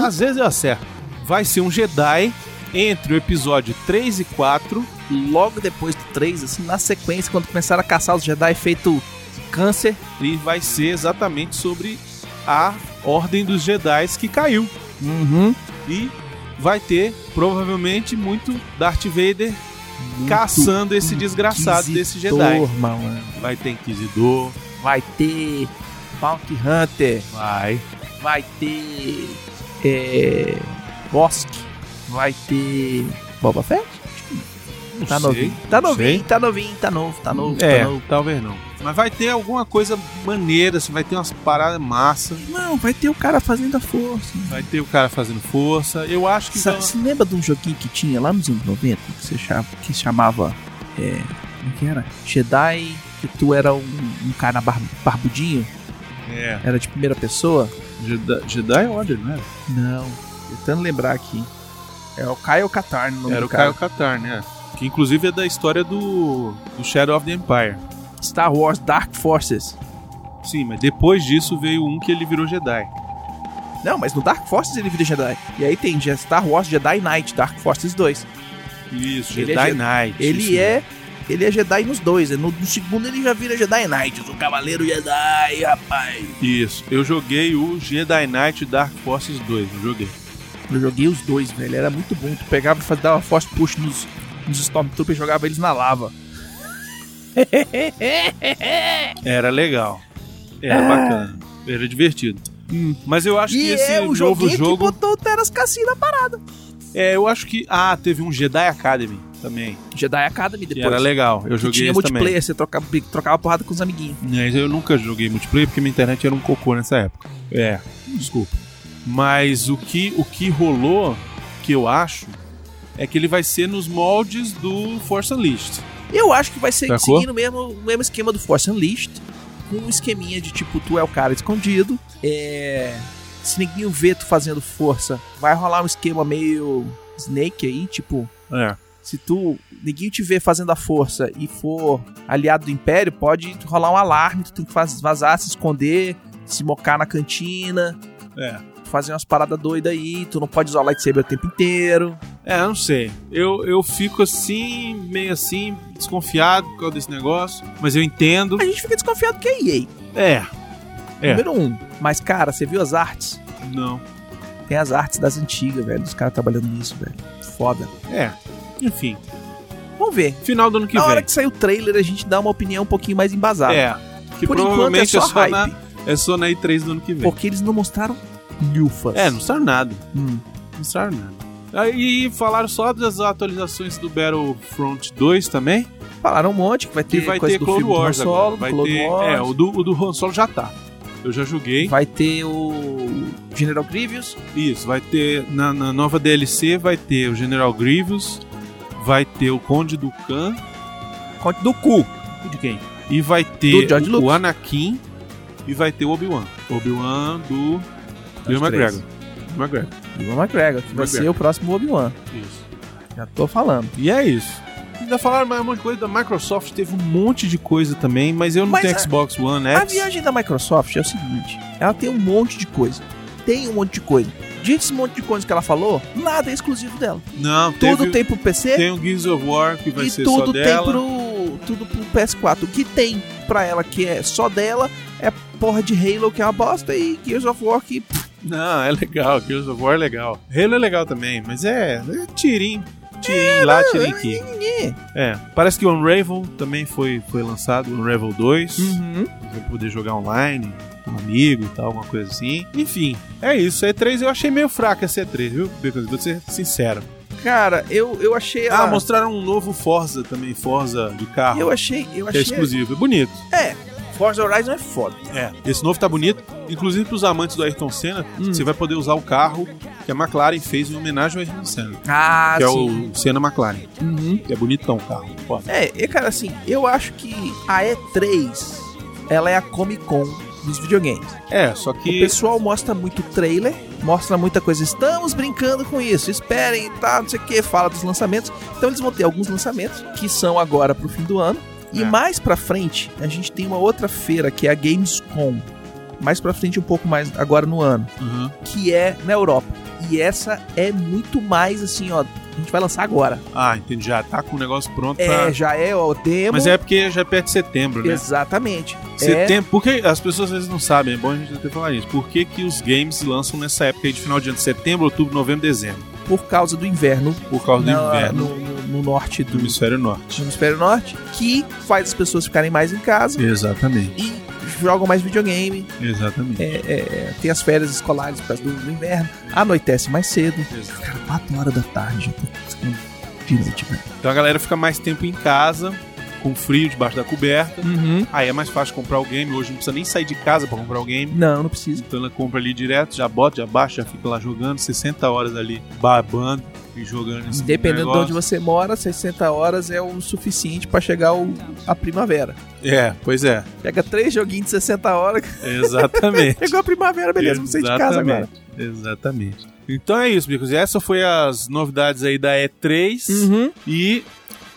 Às vezes eu acerto. Vai ser um Jedi entre o episódio 3 e 4.
Logo depois do 3, assim, na sequência, quando começaram a caçar os Jedi feito câncer,
E vai ser exatamente sobre a Ordem dos Jedi que caiu.
Uhum.
E vai ter, provavelmente, muito Darth Vader caçando esse desgraçado desse Jedi.
Malandro.
Vai ter Inquisidor,
Vai ter Bounty Hunter,
vai.
vai ter é, Bosque, vai ter Boba Fett?
Não
Tá
sei.
novinho. Tá
não
novinho,
sei.
tá novinho, tá novo, tá novo,
É,
tá novo.
talvez não. Mas vai ter alguma coisa maneira, assim, vai ter umas paradas massa,
Não, vai ter o cara fazendo a força.
vai ter o cara fazendo força. Eu acho que
Sa-
vai-
Você lembra de um joguinho que tinha lá nos anos 90 que você chamava, que chamava é, como que era? Jedi, que tu era um, um cara bar- barbudinho,
É.
era de primeira pessoa?
Jedi, Jedi Order, não é? era?
Não, tentando lembrar aqui. É o Kyle Katarn,
Era o Kyle Katarn, né? Que inclusive é da história do, do Shadow of the Empire.
Star Wars Dark Forces.
Sim, mas depois disso veio um que ele virou Jedi.
Não, mas no Dark Forces ele vira Jedi. E aí tem Je- Star Wars Jedi Knight, Dark Forces 2.
Isso,
Ele é
Jedi
Je-
Knight.
Ele
isso né?
é. Ele é Jedi nos dois. No, no segundo ele já vira Jedi Knight, o Cavaleiro Jedi, rapaz.
mesmo. Isso. Eu joguei o Jedi Knight Dark Forces 2, eu joguei.
Eu joguei os dois, velho. Era muito bom. Tu pegava e faz- dava force push nos, nos Stormtroopers e jogava eles na lava.
Era legal. Hum. Era É, bacana. Era divertido. Mas eu acho que
Ah. E
esse
é o
novo
joguinho
jogo.
que botou o Teras Cassin na parada.
É, eu acho que. Ah, teve um Jedi Academy também.
Jedi Academy
Que
depois.
era legal. Eu
Que
joguei
tinha
esse também.
multiplayer, você trocava, trocava porrada com os amiguinhos.
Mas eu nunca joguei multiplayer porque minha internet era um cocô nessa época. É, desculpa. Mas o que, o que rolou, que eu acho, é que ele vai ser nos moldes do Force Unleashed.
Eu acho que vai ser
Sacou?
seguindo mesmo, o mesmo esquema do Force Unleashed. Com um esqueminha de tipo, tu é o cara escondido. É. Se ninguém vê tu fazendo força, vai rolar um esquema meio Snake aí, tipo.
É.
Se tu. Ninguém te vê fazendo a força e for aliado do Império, pode rolar um alarme, tu tem que faz- vazar, se esconder, se mocar na cantina,
É.
fazer umas paradas doidas aí, tu não pode usar o lightsaber o tempo inteiro.
É, eu não sei. Eu, eu fico assim, meio assim, desconfiado por causa desse negócio. Mas eu entendo.
A gente fica desconfiado que é EA.
É, É.
Número um. Mas, cara, você viu as artes?
não.
Tem as artes das antigas, velho. Dos caras trabalhando nisso, velho. Foda.
É. Enfim,
Vamos ver.
final do ano que
Na
vem.
hora que sair o trailer, a gente dá uma opinião um pouquinho mais embasada.
É, Que
Por enquanto é
provavelmente
só hype.
na, é só na E3 do ano que vem.
Porque eles não mostraram lufas.
É, não sabe nada.
Hum.
Não sabe nada. Aí falaram só das atualizações do Battlefront 2 também.
Falaram um monte que vai
E
ter
vai
coisa
ter
do
Clone
filme do Han
Wars
Solo,
agora. Vai
Clone
ter,
Wars. Uhum.
É, o do, o do Han Solo já tá. Eu já joguei.
Vai ter o General Grievous.
Isso, vai ter. Na, na nova DLC vai ter o General Grievous, vai ter o Conde do Khan
Conte do cu.
de quem? E vai
Do
ter
George
o
Lucas.
Anakin e vai ter o Obi-Wan. Obi-Wan do Ewan
três.
McGregor. McGregor.
Ivan McGregor, que vai
McGregor.
ser o próximo Obi-Wan.
Isso.
Já tô falando.
E é isso. Ainda falaram mais um monte de coisa da Microsoft, teve um monte de coisa também, mas eu não
Mas
tenho
a-
Xbox One
A
X.
viagem da Microsoft é o seguinte: ela tem um monte de coisa. Tem um monte de coisa. Diante desse monte de coisa que ela falou, nada é exclusivo dela.
Não,
tudo
teve,
tem pro PC
tem o Gears of War que vai
e
ser
tudo
só
tem
dela.
pro, tudo pro PS4. O que tem pra ela que é só dela é porra de Halo, que é uma bosta, e Gears of War, que
Não, é legal, Gears of War é legal. Halo é legal também, mas é, é tirinho. Tirinho lá, Tá,
é,
tirinho aqui. É, parece que o Unravel também foi, foi lançado, o Unravel 2.
Uhum.
Vai poder jogar online com um amigo e tal, alguma coisa assim. Enfim, é isso. A E3 eu achei meio fraca essa E3, viu? Because, Vou ser sincero.
Cara, eu, eu achei.
Ah,
ela-
mostraram um novo Forza também, Forza de carro.
Eu achei. Eu
que é
achei.
exclusivo, é bonito.
Forza Horizon é foda.
É, esse novo tá bonito. Inclusive pros amantes do Ayrton Senna, você vai poder usar o carro que a McLaren fez em homenagem ao Ayrton Senna.
Ah,
que é o Senna McLaren. Que é bonitão o carro. Foda.
É, e cara, assim, eu acho que a E3 ela é a Comic Con dos videogames.
É, só
O
que
pessoal mostra muito trailer, mostra muita coisa. Estamos brincando com isso, esperem e tá, não sei o que, fala dos lançamentos. Então eles vão ter alguns lançamentos que são agora pro fim do ano. E
É.
mais pra frente, a gente tem uma outra feira que é a Gamescom. Mais pra frente, um pouco mais agora no ano.
Uhum.
que é na Europa. E essa é muito mais assim, ó. A gente vai lançar agora.
Ah, entendi. Já tá com o negócio pronto pra.
É, já é o demo.
Tá. Mas é porque já é perto de setembro, né?
Exatamente. É,
Setembro. Porque as pessoas às vezes não sabem, é bom a gente até falar isso. Por que, que os games lançam nessa época aí de final de ano? Setembro, outubro, novembro, dezembro.
por causa do inverno,
Por causa do
na-
inverno
No, no- no norte do,
do hemisfério norte.
do hemisfério norte, que faz as pessoas ficarem mais em casa
Exatamente.
e jogam mais videogame,
Exatamente.
é, tem as férias escolares por causa do, do inverno, anoitece mais cedo. Cara, 4 horas da tarde. De noite, velho.
Então a galera fica mais tempo em casa, com frio debaixo da coberta. Aí é mais fácil comprar o game. Hoje não precisa nem sair de casa pra comprar o game.
Não, não precisa.
Então ela compra ali direto, já bota, já baixa, já fica lá jogando 60 horas ali babando e jogando esse
Dependendo de onde
negócio.
você mora, 60 horas é o suficiente pra chegar o- a primavera.
É, pois é.
Pega três joguinhos de 60 horas,
Exatamente.
chegou a primavera, beleza, não sei de casa agora.
Exatamente, Exatamente. Então é isso, Bicos. Essa foi as novidades aí da E3
Uhum.
e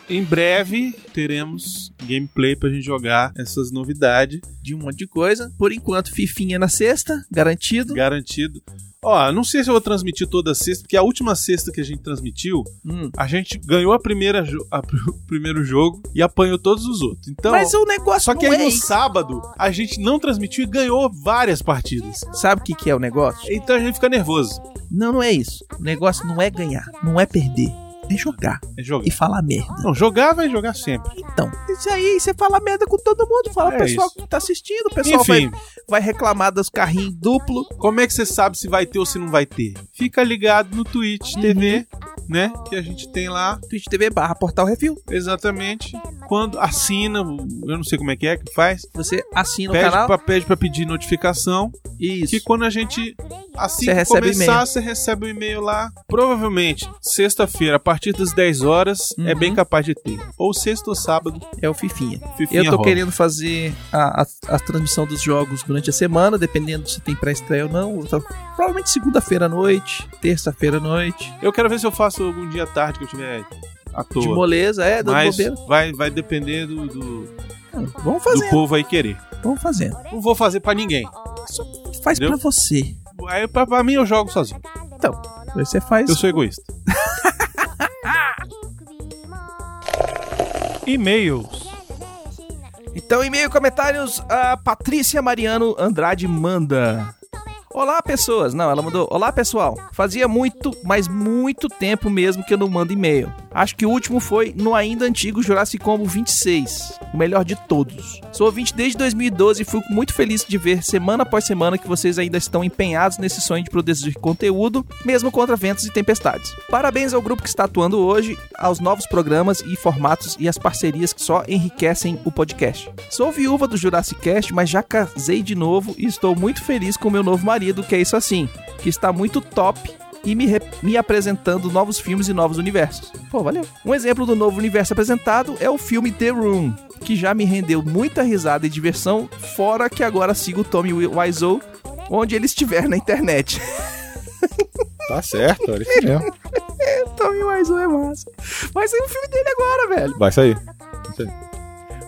em breve teremos gameplay pra gente jogar essas novidades,
De um monte de coisa. Por enquanto, Fifinha é na sexta, garantido.
garantido. Ó, eu não sei se eu vou transmitir toda sexta, porque a última sexta que a gente transmitiu,
Hum.
a gente ganhou a primeira jo- a pr- o primeiro jogo e apanhou todos os outros. Então,
Mas o negócio
só que
não
aí
é
no
isso.
sábado a gente não transmitiu e ganhou várias partidas.
Sabe o que, que é o negócio?
Então a gente fica nervoso.
Não, não é isso. O negócio não é ganhar, não é perder. É jogar
É jogar.
e falar merda.
Não, jogar vai jogar sempre.
Então, isso aí, você fala merda com todo mundo. Fala
É
pro pessoal
isso.
que tá assistindo, o pessoal vai,
Enfim,
vai reclamar dos carrinhos duplo.
como é que você sabe se vai ter ou se não vai ter? Fica ligado no Twitch TV,
Uhum.
né? Que a gente tem lá
Twitch TV barra Portal Review.
exatamente quando assina, eu não sei como é que é que faz.
Você assina o
Pede
canal
pra, pede pra pedir notificação.
isso.
Que quando a gente
Você
assim que
recebe
começar,
e-mail.
você recebe o e-mail lá. Provavelmente, sexta-feira, a partir das 10 horas, é
Uhum.
bem capaz de ter. Ou sexta ou sábado,
é o Fifinha.
Fifinha
Eu tô
rola.
querendo fazer a, a, a transmissão dos jogos durante a semana, dependendo se tem pré-estreia ou não. Tá- provavelmente segunda-feira à noite, terça-feira à noite.
Eu quero ver se eu faço algum dia à tarde que eu tiver à
De
toa.
moleza, é, dando
Mas
bobeira.
vai, vai depender do, do, do
Cara, Vamos fazendo,
povo aí querer.
vamos fazendo.
Não vou fazer pra ninguém.
Faz
Entendeu?
pra você.
Aí, pra, pra mim eu jogo sozinho.
Então, você faz.
Eu sou egoísta. E-mails.
Então, e-mail, comentários, a Patrícia Mariano Andrade manda. Olá, pessoas. Não, ela mandou. Olá, pessoal. Fazia muito, mas muito tempo mesmo que eu não mando e-mail. Acho que o último foi no ainda antigo Jurassic Combo 26, o melhor de todos. Sou ouvinte desde 2012 e fico muito feliz de ver semana após semana que vocês ainda estão empenhados nesse sonho de produzir conteúdo, mesmo contra ventos e tempestades. Parabéns ao grupo que está atuando hoje, aos novos programas e formatos e às parcerias que só enriquecem o podcast. Sou viúva do Jurassic Cast, mas já casei de novo e estou muito feliz com meu novo marido, que é isso assim, que está muito top e me, re- me apresentando novos filmes e novos universos. Pô, valeu. Um exemplo do novo universo apresentado é o filme The Room, que já me rendeu muita risada e diversão, fora que agora sigo o Tommy Wi- Wiseau onde ele estiver na internet.
Tá certo, olha
né?
isso mesmo.
Tommy Wiseau é massa. Mas é o filme dele agora, velho.
Vai sair.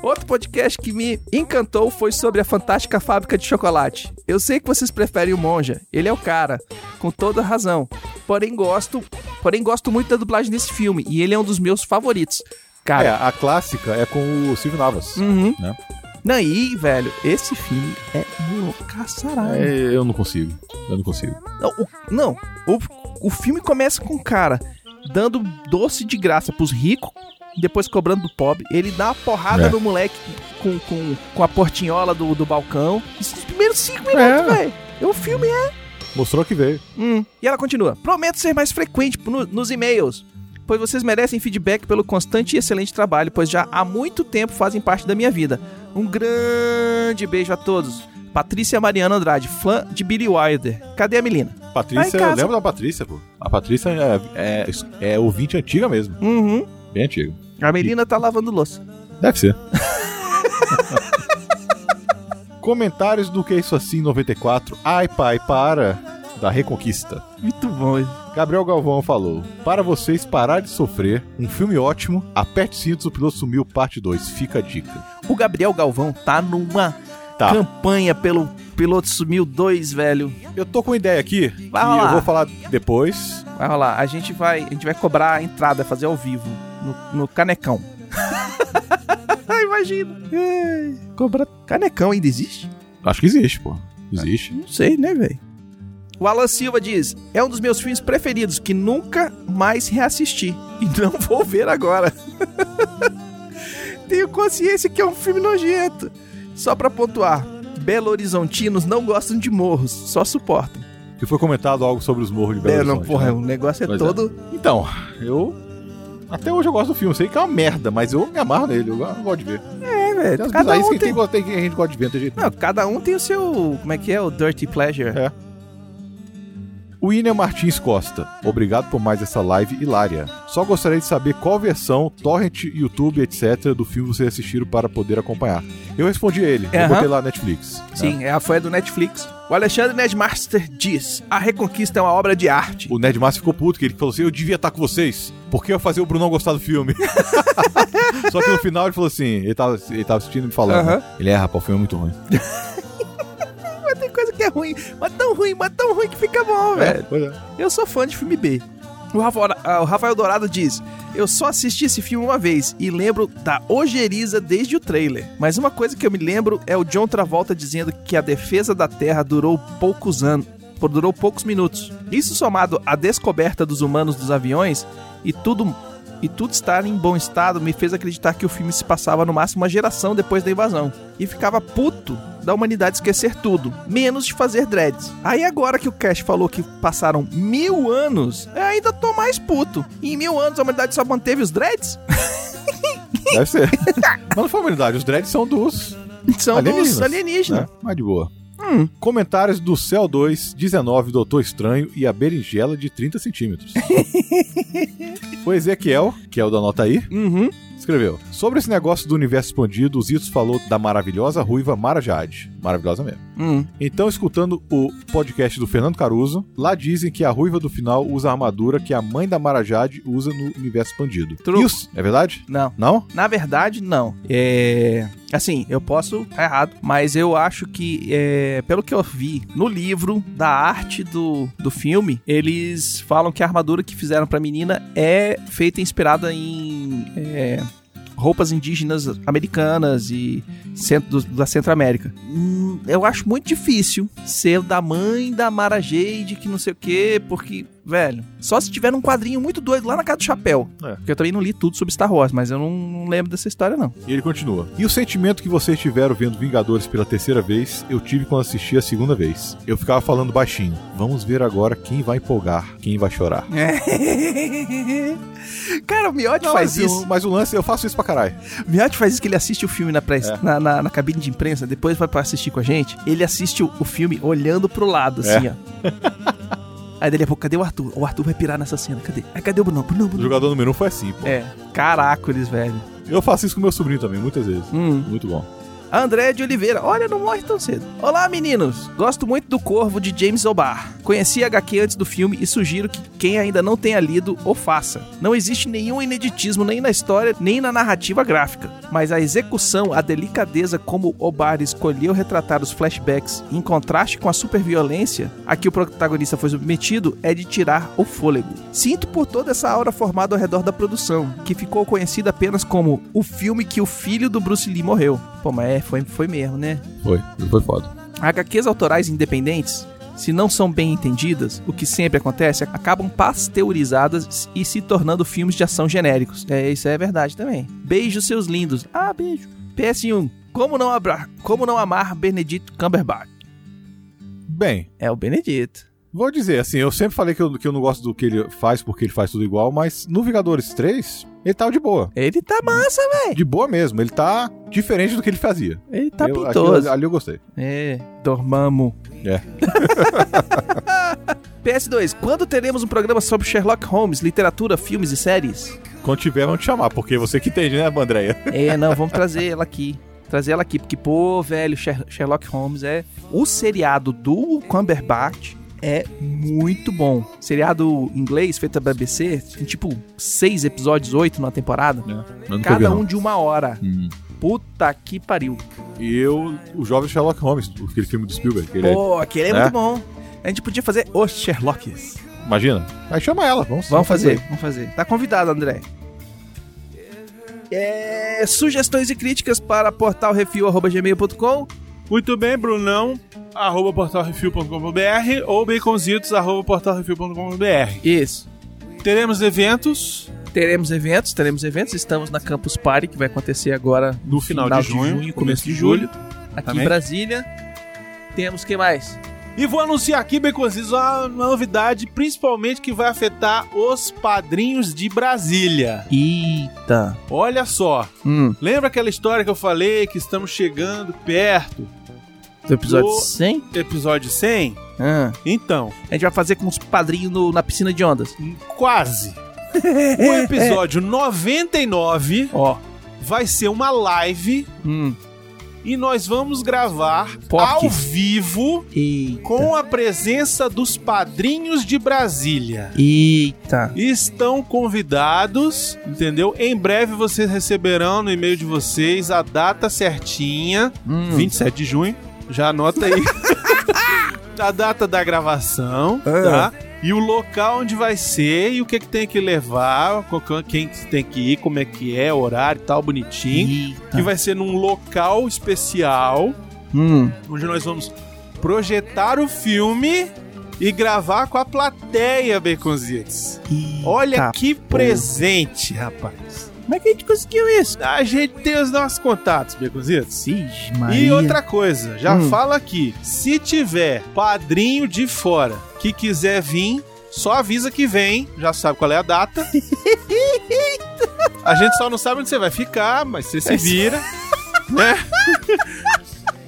Outro podcast que me encantou foi sobre a fantástica fábrica de chocolate. Eu sei que vocês preferem o Monja, ele é o cara, com toda razão. Porém gosto, porém gosto muito da dublagem desse filme e ele é um dos meus favoritos.
É,
Cara,
a clássica é com o Silvio Navas.
uhum.
Né?
Não, e, velho, esse filme é loucaçaralho.
É, eu não consigo. Eu não consigo.
Não, o, não o, o filme começa com um cara dando doce de graça pros ricos, depois cobrando do pobre. Ele dá uma porrada
É.
no moleque com, com, com a portinhola do, do balcão. Isso nos primeiros cinco minutos,
É.
velho. É o filme, é.
Mostrou que veio.
Hum. E ela continua. Prometo ser mais frequente no- nos e-mails. Pois vocês merecem feedback pelo constante e excelente trabalho, pois já há muito tempo fazem parte da minha vida. Um grande beijo a todos. Patrícia Mariana Andrade, fã de Billy Wilder. Cadê a Melina? Lá Tá em
Patrícia,
casa.
eu lembro da Patrícia, pô. A Patrícia é, é, é ouvinte antiga mesmo.
Uhum.
Bem antiga.
A Melina tá lavando louça.
Deve ser. Comentários do Que Isso Assim 94. Ai, pai, para. Da Reconquista.
Muito bom.
Gabriel Galvão falou: Para vocês parar de sofrer, um filme ótimo. Aperte cintos, o piloto sumiu, parte 2. Fica a dica.
O Gabriel Galvão tá numa
Tá.
campanha pelo Piloto Sumiu 2, velho.
Eu tô com uma ideia aqui.
Vai
que
rolar.
eu vou falar depois.
Vai rolar. A gente vai, a gente vai cobrar a entrada, fazer ao vivo. No, no canecão. Imagina. Ai, Cobrar. Canecão ainda existe?
Acho que existe, pô. Existe.
Não sei, né, velho? O Alan Silva diz: É um dos meus filmes preferidos que nunca mais reassisti. E não vou ver agora. Tenho consciência que é um filme nojento. Só pra pontuar: Belo Horizontinos não gostam de morros, só suportam.
Que foi comentado algo sobre os morros de Belo
É, não,
Horizonte,
porra,
né?
o negócio é
Pois é.
todo.
Então, eu. Até hoje eu gosto do filme. Sei que é uma merda, mas eu me amarro nele. Eu gosto de ver.
É,
Tem
velho.
uns
Cada
bizarrices
um
que tem,
tem.
que tem que a gente gosta de ver, não tem jeito.
Não, cada um tem o seu. Como é que é? O Dirty Pleasure.
É. O William Martins Costa, obrigado por mais essa live hilária. Só gostaria de saber qual versão, torrent, YouTube, etc., do filme vocês assistiram para poder acompanhar. Eu respondi ele, eu
Aham.
botei lá na Netflix. né?
Sim, é a foi do Netflix. O Alexandre Nedmaster diz: A Reconquista é uma obra de arte.
O Ned Márcio ficou puto, que ele falou assim: Eu devia estar com vocês, porque eu ia fazer o Brunão gostar do filme. Só que no final ele falou assim: Ele tava, ele tava assistindo e me falando.
Aham.
né? Ele é, rapaz, o filme é muito ruim.
Tem coisa que é ruim, mas tão ruim, mas tão ruim que fica bom, velho.
pois é.
Eu sou fã de filme B. O Rafael, ah, o Rafael Dourado diz: Eu só assisti esse filme uma vez e lembro da ojeriza desde o trailer. Mas uma coisa que eu me lembro é o John Travolta dizendo que a defesa da Terra durou poucos anos. Durou poucos minutos. Isso somado à descoberta dos humanos dos aviões e tudo e tudo estar em bom estado me fez acreditar que o filme se passava no máximo uma geração depois da invasão. E ficava puto da humanidade esquecer tudo, menos de fazer dreads. Aí agora que o Cash falou que passaram mil anos, eu ainda tô mais puto. E em mil anos a humanidade só manteve os dreads?
Deve ser. Mas não foi uma verdade, os dreads são dos.
São
Alienígenas,
dos alienígenas.
né? Mas de boa. Comentários do Céu 2, 19, Doutor Estranho e a berinjela de 30 centímetros. o Ezequiel, que é o da nota aí,
Uhum.
escreveu: Sobre esse negócio do universo expandido, o Zitos falou da maravilhosa ruiva Mara Jade. Maravilhosa mesmo.
Hum.
Então, escutando o podcast do Fernando Caruso, lá dizem que a ruiva do final usa a armadura que a mãe da Mara Jade usa no universo expandido.
Truco.
Isso, é verdade?
Não.
Não?
Na verdade, não. É. Assim, eu posso estar errado, mas eu acho que, é, pelo que eu vi no livro da arte do, do filme, eles falam que a armadura que fizeram pra menina é feita inspirada em é, roupas indígenas americanas e centro, do- da Centro-América. Hum, eu acho muito difícil ser da mãe da Mara Jade, que não sei o quê, porque velho. Só se tiver um quadrinho muito doido lá na casa do chapéu.
É.
Porque eu também não li tudo sobre Star Wars, mas eu não, não lembro dessa história, não.
E ele continua. E o sentimento que vocês tiveram vendo Vingadores pela terceira vez, eu tive quando assisti a segunda vez. Eu ficava falando baixinho. Vamos ver agora quem vai empolgar, quem vai chorar.
Cara, o Miotti
Não,
faz
mas
isso.
O, mas o lance, eu faço isso pra caralho.
O Miotti faz isso que ele assiste o filme na, pré- na, na- na cabine de imprensa, depois vai pra assistir com a gente. Ele assiste o, o filme olhando pro lado, assim, ó. Aí dele a pouco, cadê o Arthur? O Arthur vai pirar nessa cena, cadê? Aí cadê o Bruno? Bruno,
O
Bruno.
jogador número um foi assim, pô.
É, caracoles, velho.
Eu faço isso com meu sobrinho também, muitas vezes.
Hum.
Muito bom.
André de Oliveira, olha, não morre tão cedo. Olá, meninos! Gosto muito do Corvo de James Obar. Conheci a HQ antes do filme e sugiro que quem ainda não tenha lido, o faça. Não existe nenhum ineditismo nem na história, nem na narrativa gráfica. Mas a execução, a delicadeza como Obar escolheu retratar os flashbacks em contraste com a superviolência a que o protagonista foi submetido é de tirar o fôlego. Sinto por toda essa aura formada ao redor da produção, que ficou conhecida apenas como o filme que o filho do Bruce Lee morreu. Pô, mas é, foi, foi mesmo, né?
Foi, foi foda.
HQs autorais independentes, se não são bem entendidas, o que sempre acontece, acabam pasteurizadas e se tornando filmes de ação genéricos. É, isso é verdade também. Beijo, seus lindos. Ah, beijo. PS1. Como não, abra... Como não amar Benedito Cumberbatch?
Bem,
É o Benedito.
Vou dizer, assim, eu sempre falei que eu, que eu não gosto do que ele faz porque ele faz tudo igual, mas no Vingadores 3, ele tava de boa.
Ele tá massa,
De boa mesmo, ele tá diferente do que ele fazia.
ele tá
Eu-
pintoso.
aquilo- ali eu gostei.
É, dormamos.
É.
PS2, quando teremos um programa sobre Sherlock Holmes, literatura, filmes e séries?
Quando tiver, vão te chamar, porque você que entende, né, Andréia?
É, não, vamos trazer ela aqui. Trazer ela aqui, porque, pô, velho, Sher- Sherlock Holmes é. O seriado do Cumberbatch é muito bom. Seriado inglês feito pela BBC, tem tipo seis episódios, oito na temporada. Cada um de uma hora.
Hum.
Puta que pariu.
E eu, o jovem Sherlock Holmes, aquele filme do Spielberg. que ele é-
Pô, aquele é
né?
muito bom. A gente podia fazer os Sherlocks.
Imagina. Aí chama ela, vamos
Vamos fazer, vamos fazer. Tá convidado, André. É, sugestões e críticas para portalrefil.gmail.com
Muito bem, Brunão, arroba portalrefil.com.br ou baconzitos, arroba portalrefil.com.br.
Isso.
Teremos eventos
Teremos eventos, teremos eventos. Estamos na Campus Party, que vai acontecer agora
no final, de, junho,
começo de julho, aqui
Também.
em Brasília. Temos o que mais?
E vou anunciar aqui, Baconzitos, uma novidade, principalmente que vai afetar os padrinhos de Brasília.
Eita.
Olha só,
Hum,
lembra aquela história que eu falei que estamos chegando perto
do episódio
Do-
100?
do episódio 100?
Ah.
Então,
A gente vai fazer com os padrinhos no- na piscina de ondas.
quase. O episódio 99
Ó.
vai ser uma live
Hum.
e nós vamos gravar
Porques.
ao vivo
Eita.
com a presença dos padrinhos de Brasília.
Eita.
estão convidados, entendeu? Em breve vocês receberão no e-mail de vocês a data certinha,
Hum.
27 de junho. Já anota aí. a data da gravação,
É.
tá? E o local onde vai ser e o que que tem que levar, qual que- quem que tem que ir, como é que é, horário e tal, bonitinho.
Eita.
Que vai ser num local especial,
Hum.
onde nós vamos projetar o filme e gravar com a plateia Baconzitos. Olha
Eita.
que presente, rapaz.
Como é que a gente conseguiu isso?
A gente tem os nossos contatos, Beconzitos.
Cis,
E outra coisa, já
Hum.
fala aqui, se tiver padrinho de fora que quiser vir, só avisa que vem, já sabe qual é a data. a gente só não sabe onde você vai ficar, mas você se vira, né?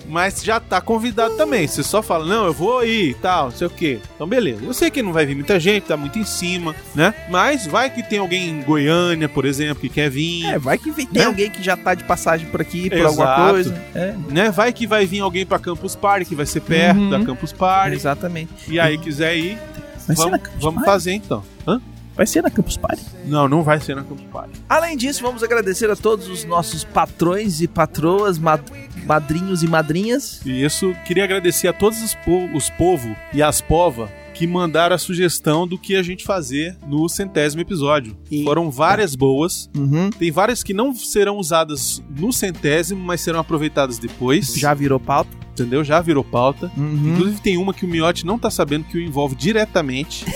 Mas já tá convidado também. Você só fala, não, eu vou ir e tal, não sei o quê. Então, beleza. Eu sei que não vai vir muita gente, tá muito em cima, né? Mas vai que tem alguém em Goiânia, por exemplo, que quer vir.
É, vai que vem- tem
Né?
alguém que já tá de passagem por aqui, por alguma
Exato.
coisa. É,
né? Vai que vai vir alguém pra Campus Party, que vai ser perto
Uhum.
da Campus Party.
exatamente.
E aí quiser ir,
Vai ser na
vamos,
Campus
vamos
Party?
fazer então. Hã?
Vai ser na Campus Party.
Não, não vai ser na Campus Party.
Além disso, vamos agradecer a todos os nossos patrões e patroas, ma- madrinhos e madrinhas.
E isso, queria agradecer a todos os, po os povo e as pova que mandaram a sugestão do que a gente fazer no centésimo episódio.
E-
Foram várias boas.
Uhum.
Tem várias que não serão usadas no centésimo, mas serão aproveitadas depois.
Já virou pauta.
Entendeu? Já virou pauta.
Uhum.
Inclusive tem uma que o Miotti não tá sabendo que o envolve diretamente.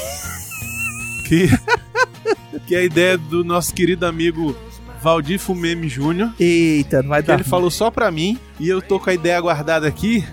que, que é a ideia do nosso querido amigo Valdir Fumeme Júnior.
Eita, não vai
Que
dar.
ele falou só pra mim e eu tô com a ideia guardada aqui.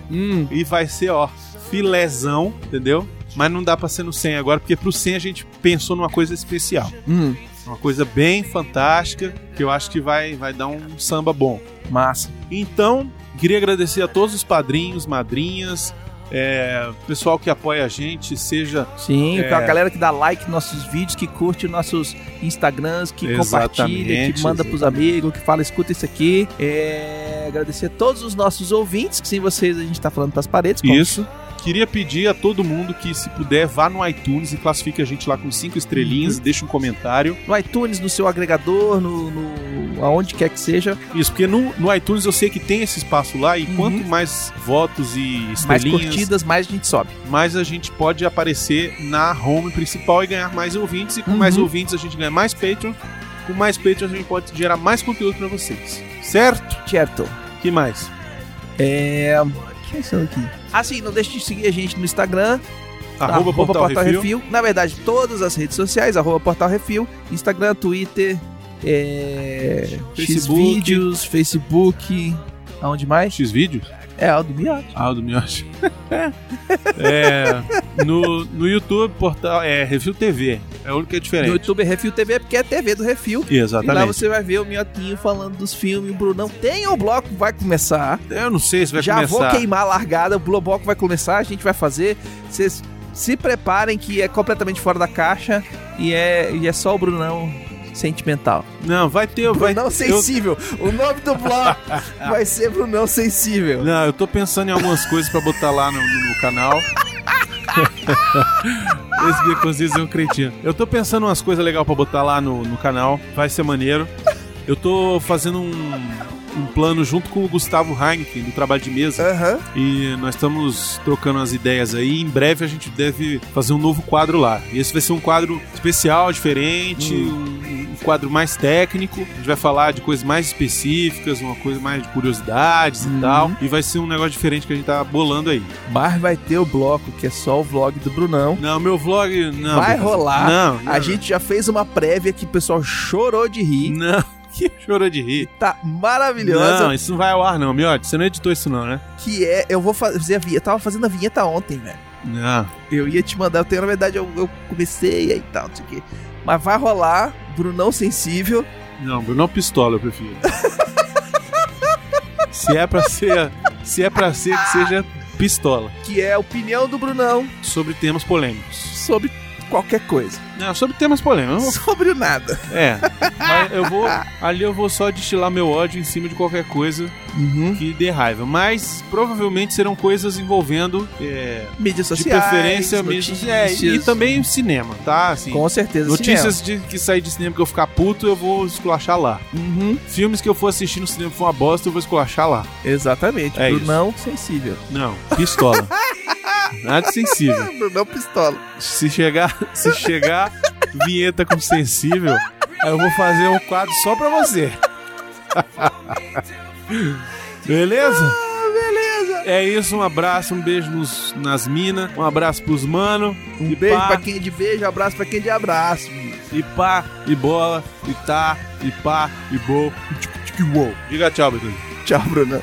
E vai ser, ó, filézão, entendeu? Mas não dá pra ser no 100 agora, porque pro 100 a gente pensou numa coisa especial.
Hum,
Uma coisa bem fantástica, que eu acho que vai, vai dar um samba bom.
massa.
Então, queria agradecer a todos os padrinhos, madrinhas, é, pessoal que apoia a gente, seja
Sim,
É.
a galera que dá like nos nossos vídeos, que curte nossos Instagrams, que compartilha, que
Exatamente.
manda pros amigos, que fala, escuta isso aqui. É, agradecer a todos os nossos ouvintes, que sem vocês a gente tá falando pras paredes. como
Isso. Queria pedir a todo mundo que, se puder, vá no iTunes e classifique a gente lá com cinco
Uhum.
estrelinhas, deixa um comentário.
no iTunes, no seu agregador, no, no- aonde quer que seja.
Isso, porque no, no iTunes eu sei que tem esse espaço lá e
Uhum.
quanto mais votos e
Mais
estrelinhas, mais,
curtidas, mais a gente sobe.
a gente pode aparecer na home principal e ganhar mais ouvintes. E com
Uhum.
mais ouvintes a gente ganha mais Patreon. Com mais Patreon a gente pode gerar mais conteúdo pra vocês. Certo?
Certo.
que mais?
É. Pensando aqui. Ah, sim, não deixe de seguir a gente no Instagram, tá?
Arroba, Portal, Refil.
Na verdade, todas as redes sociais, arroba Portal Refil, Instagram, Twitter, é...
Facebook.
Xvideos, Facebook. Aonde mais?
X vídeo?
É, o do Miotti.
Ah, o do Miotti. é, no, no YouTube, portal, é Refil TV. É o único que é
No
diferente.
YouTube é Refil TV, porque é TV do Refil. E lá
Exatamente.
você vai ver o Miotinho falando dos filmes, o Brunão. Tem o bloco, vai começar.
Eu não sei se vai
Já
começar.
vou queimar a largada, o bloco vai começar, a gente vai fazer. Vocês se preparem que é completamente fora da caixa e é, e é só o Brunão sentimental.
Não, vai ter. Vai...
Brunão Sensível. O nome do bloco vai ser Brunão
Eu...
Sensível.
Não, eu tô pensando em algumas coisas pra botar lá no, no canal. Esse Beconzitos é um cretino. Eu tô pensando umas coisas legais pra botar lá no, no canal. Vai ser maneiro. Eu tô fazendo um, um plano junto com o Gustavo Heineken, do Trabalho de Mesa.
Aham.
E nós estamos trocando as ideias aí. Em breve a gente deve fazer um novo quadro lá. E esse vai ser um quadro especial, diferente, um,
Hum.
um quadro mais técnico. A gente vai falar de coisas mais específicas, uma coisa mais de curiosidades
Uhum.
e tal. E vai ser um negócio diferente que a gente tá bolando aí.
Mas vai ter o bloco que é só o vlog do Brunão.
Não, meu vlog. Não.
vai
Lucas.
rolar.
Não, não.
A gente já fez uma prévia que o pessoal chorou de rir.
Não, que chorou de rir.
Tá
Não,
maravilhosa.
isso não vai ao ar, não, Miotti. Você não editou isso, não, né?
Que é. Eu vou fazer a vinheta. Eu tava fazendo a vinheta ontem, velho.
Não.
Eu ia te mandar, eu tenho, na verdade, eu, eu comecei aí e tal, não sei o quê. Mas vai rolar, Brunão Sensível.
Não, Brunão Pistola, eu prefiro. se é pra ser. Se é pra ser, que seja pistola.
que é a opinião do Brunão
Sobre temas polêmicos.
sobre qualquer coisa.
Não, sobre temas polêmicos.
Sobre o nada.
eu não- É. Mas eu vou. Ali eu vou só destilar meu ódio em cima de qualquer coisa que dê raiva. Mas provavelmente serão coisas envolvendo. é,
Mídias
de
sociais.
preferência
notícias,
mesmo. É, e também cinema, tá? Assim,
Com certeza. é.
notícias de que sair de cinema que eu ficar puto, eu vou esculachar lá.
cinema. Uhum,
Filmes que eu for assistir no cinema que for uma bosta, eu vou esculachar lá.
Exatamente.
É
Brunão sensível.
Não, pistola. Nada de sensível.
É, Brunão pistola.
Se chegar, se chegar vinheta com sensível, eu vou fazer um quadro só pra você. Beleza?
Ah, Beleza.
É isso, um abraço, um beijo nos- nas minas, um abraço pros mano.
Um
e
beijo
pá,
pra quem é de beijo, abraço pra quem é de abraço.
E pá, e bola, e tá, e pá, e bo. e tchic, tchic, uou. Diga tchau, Beto.
Tchau, Brunão.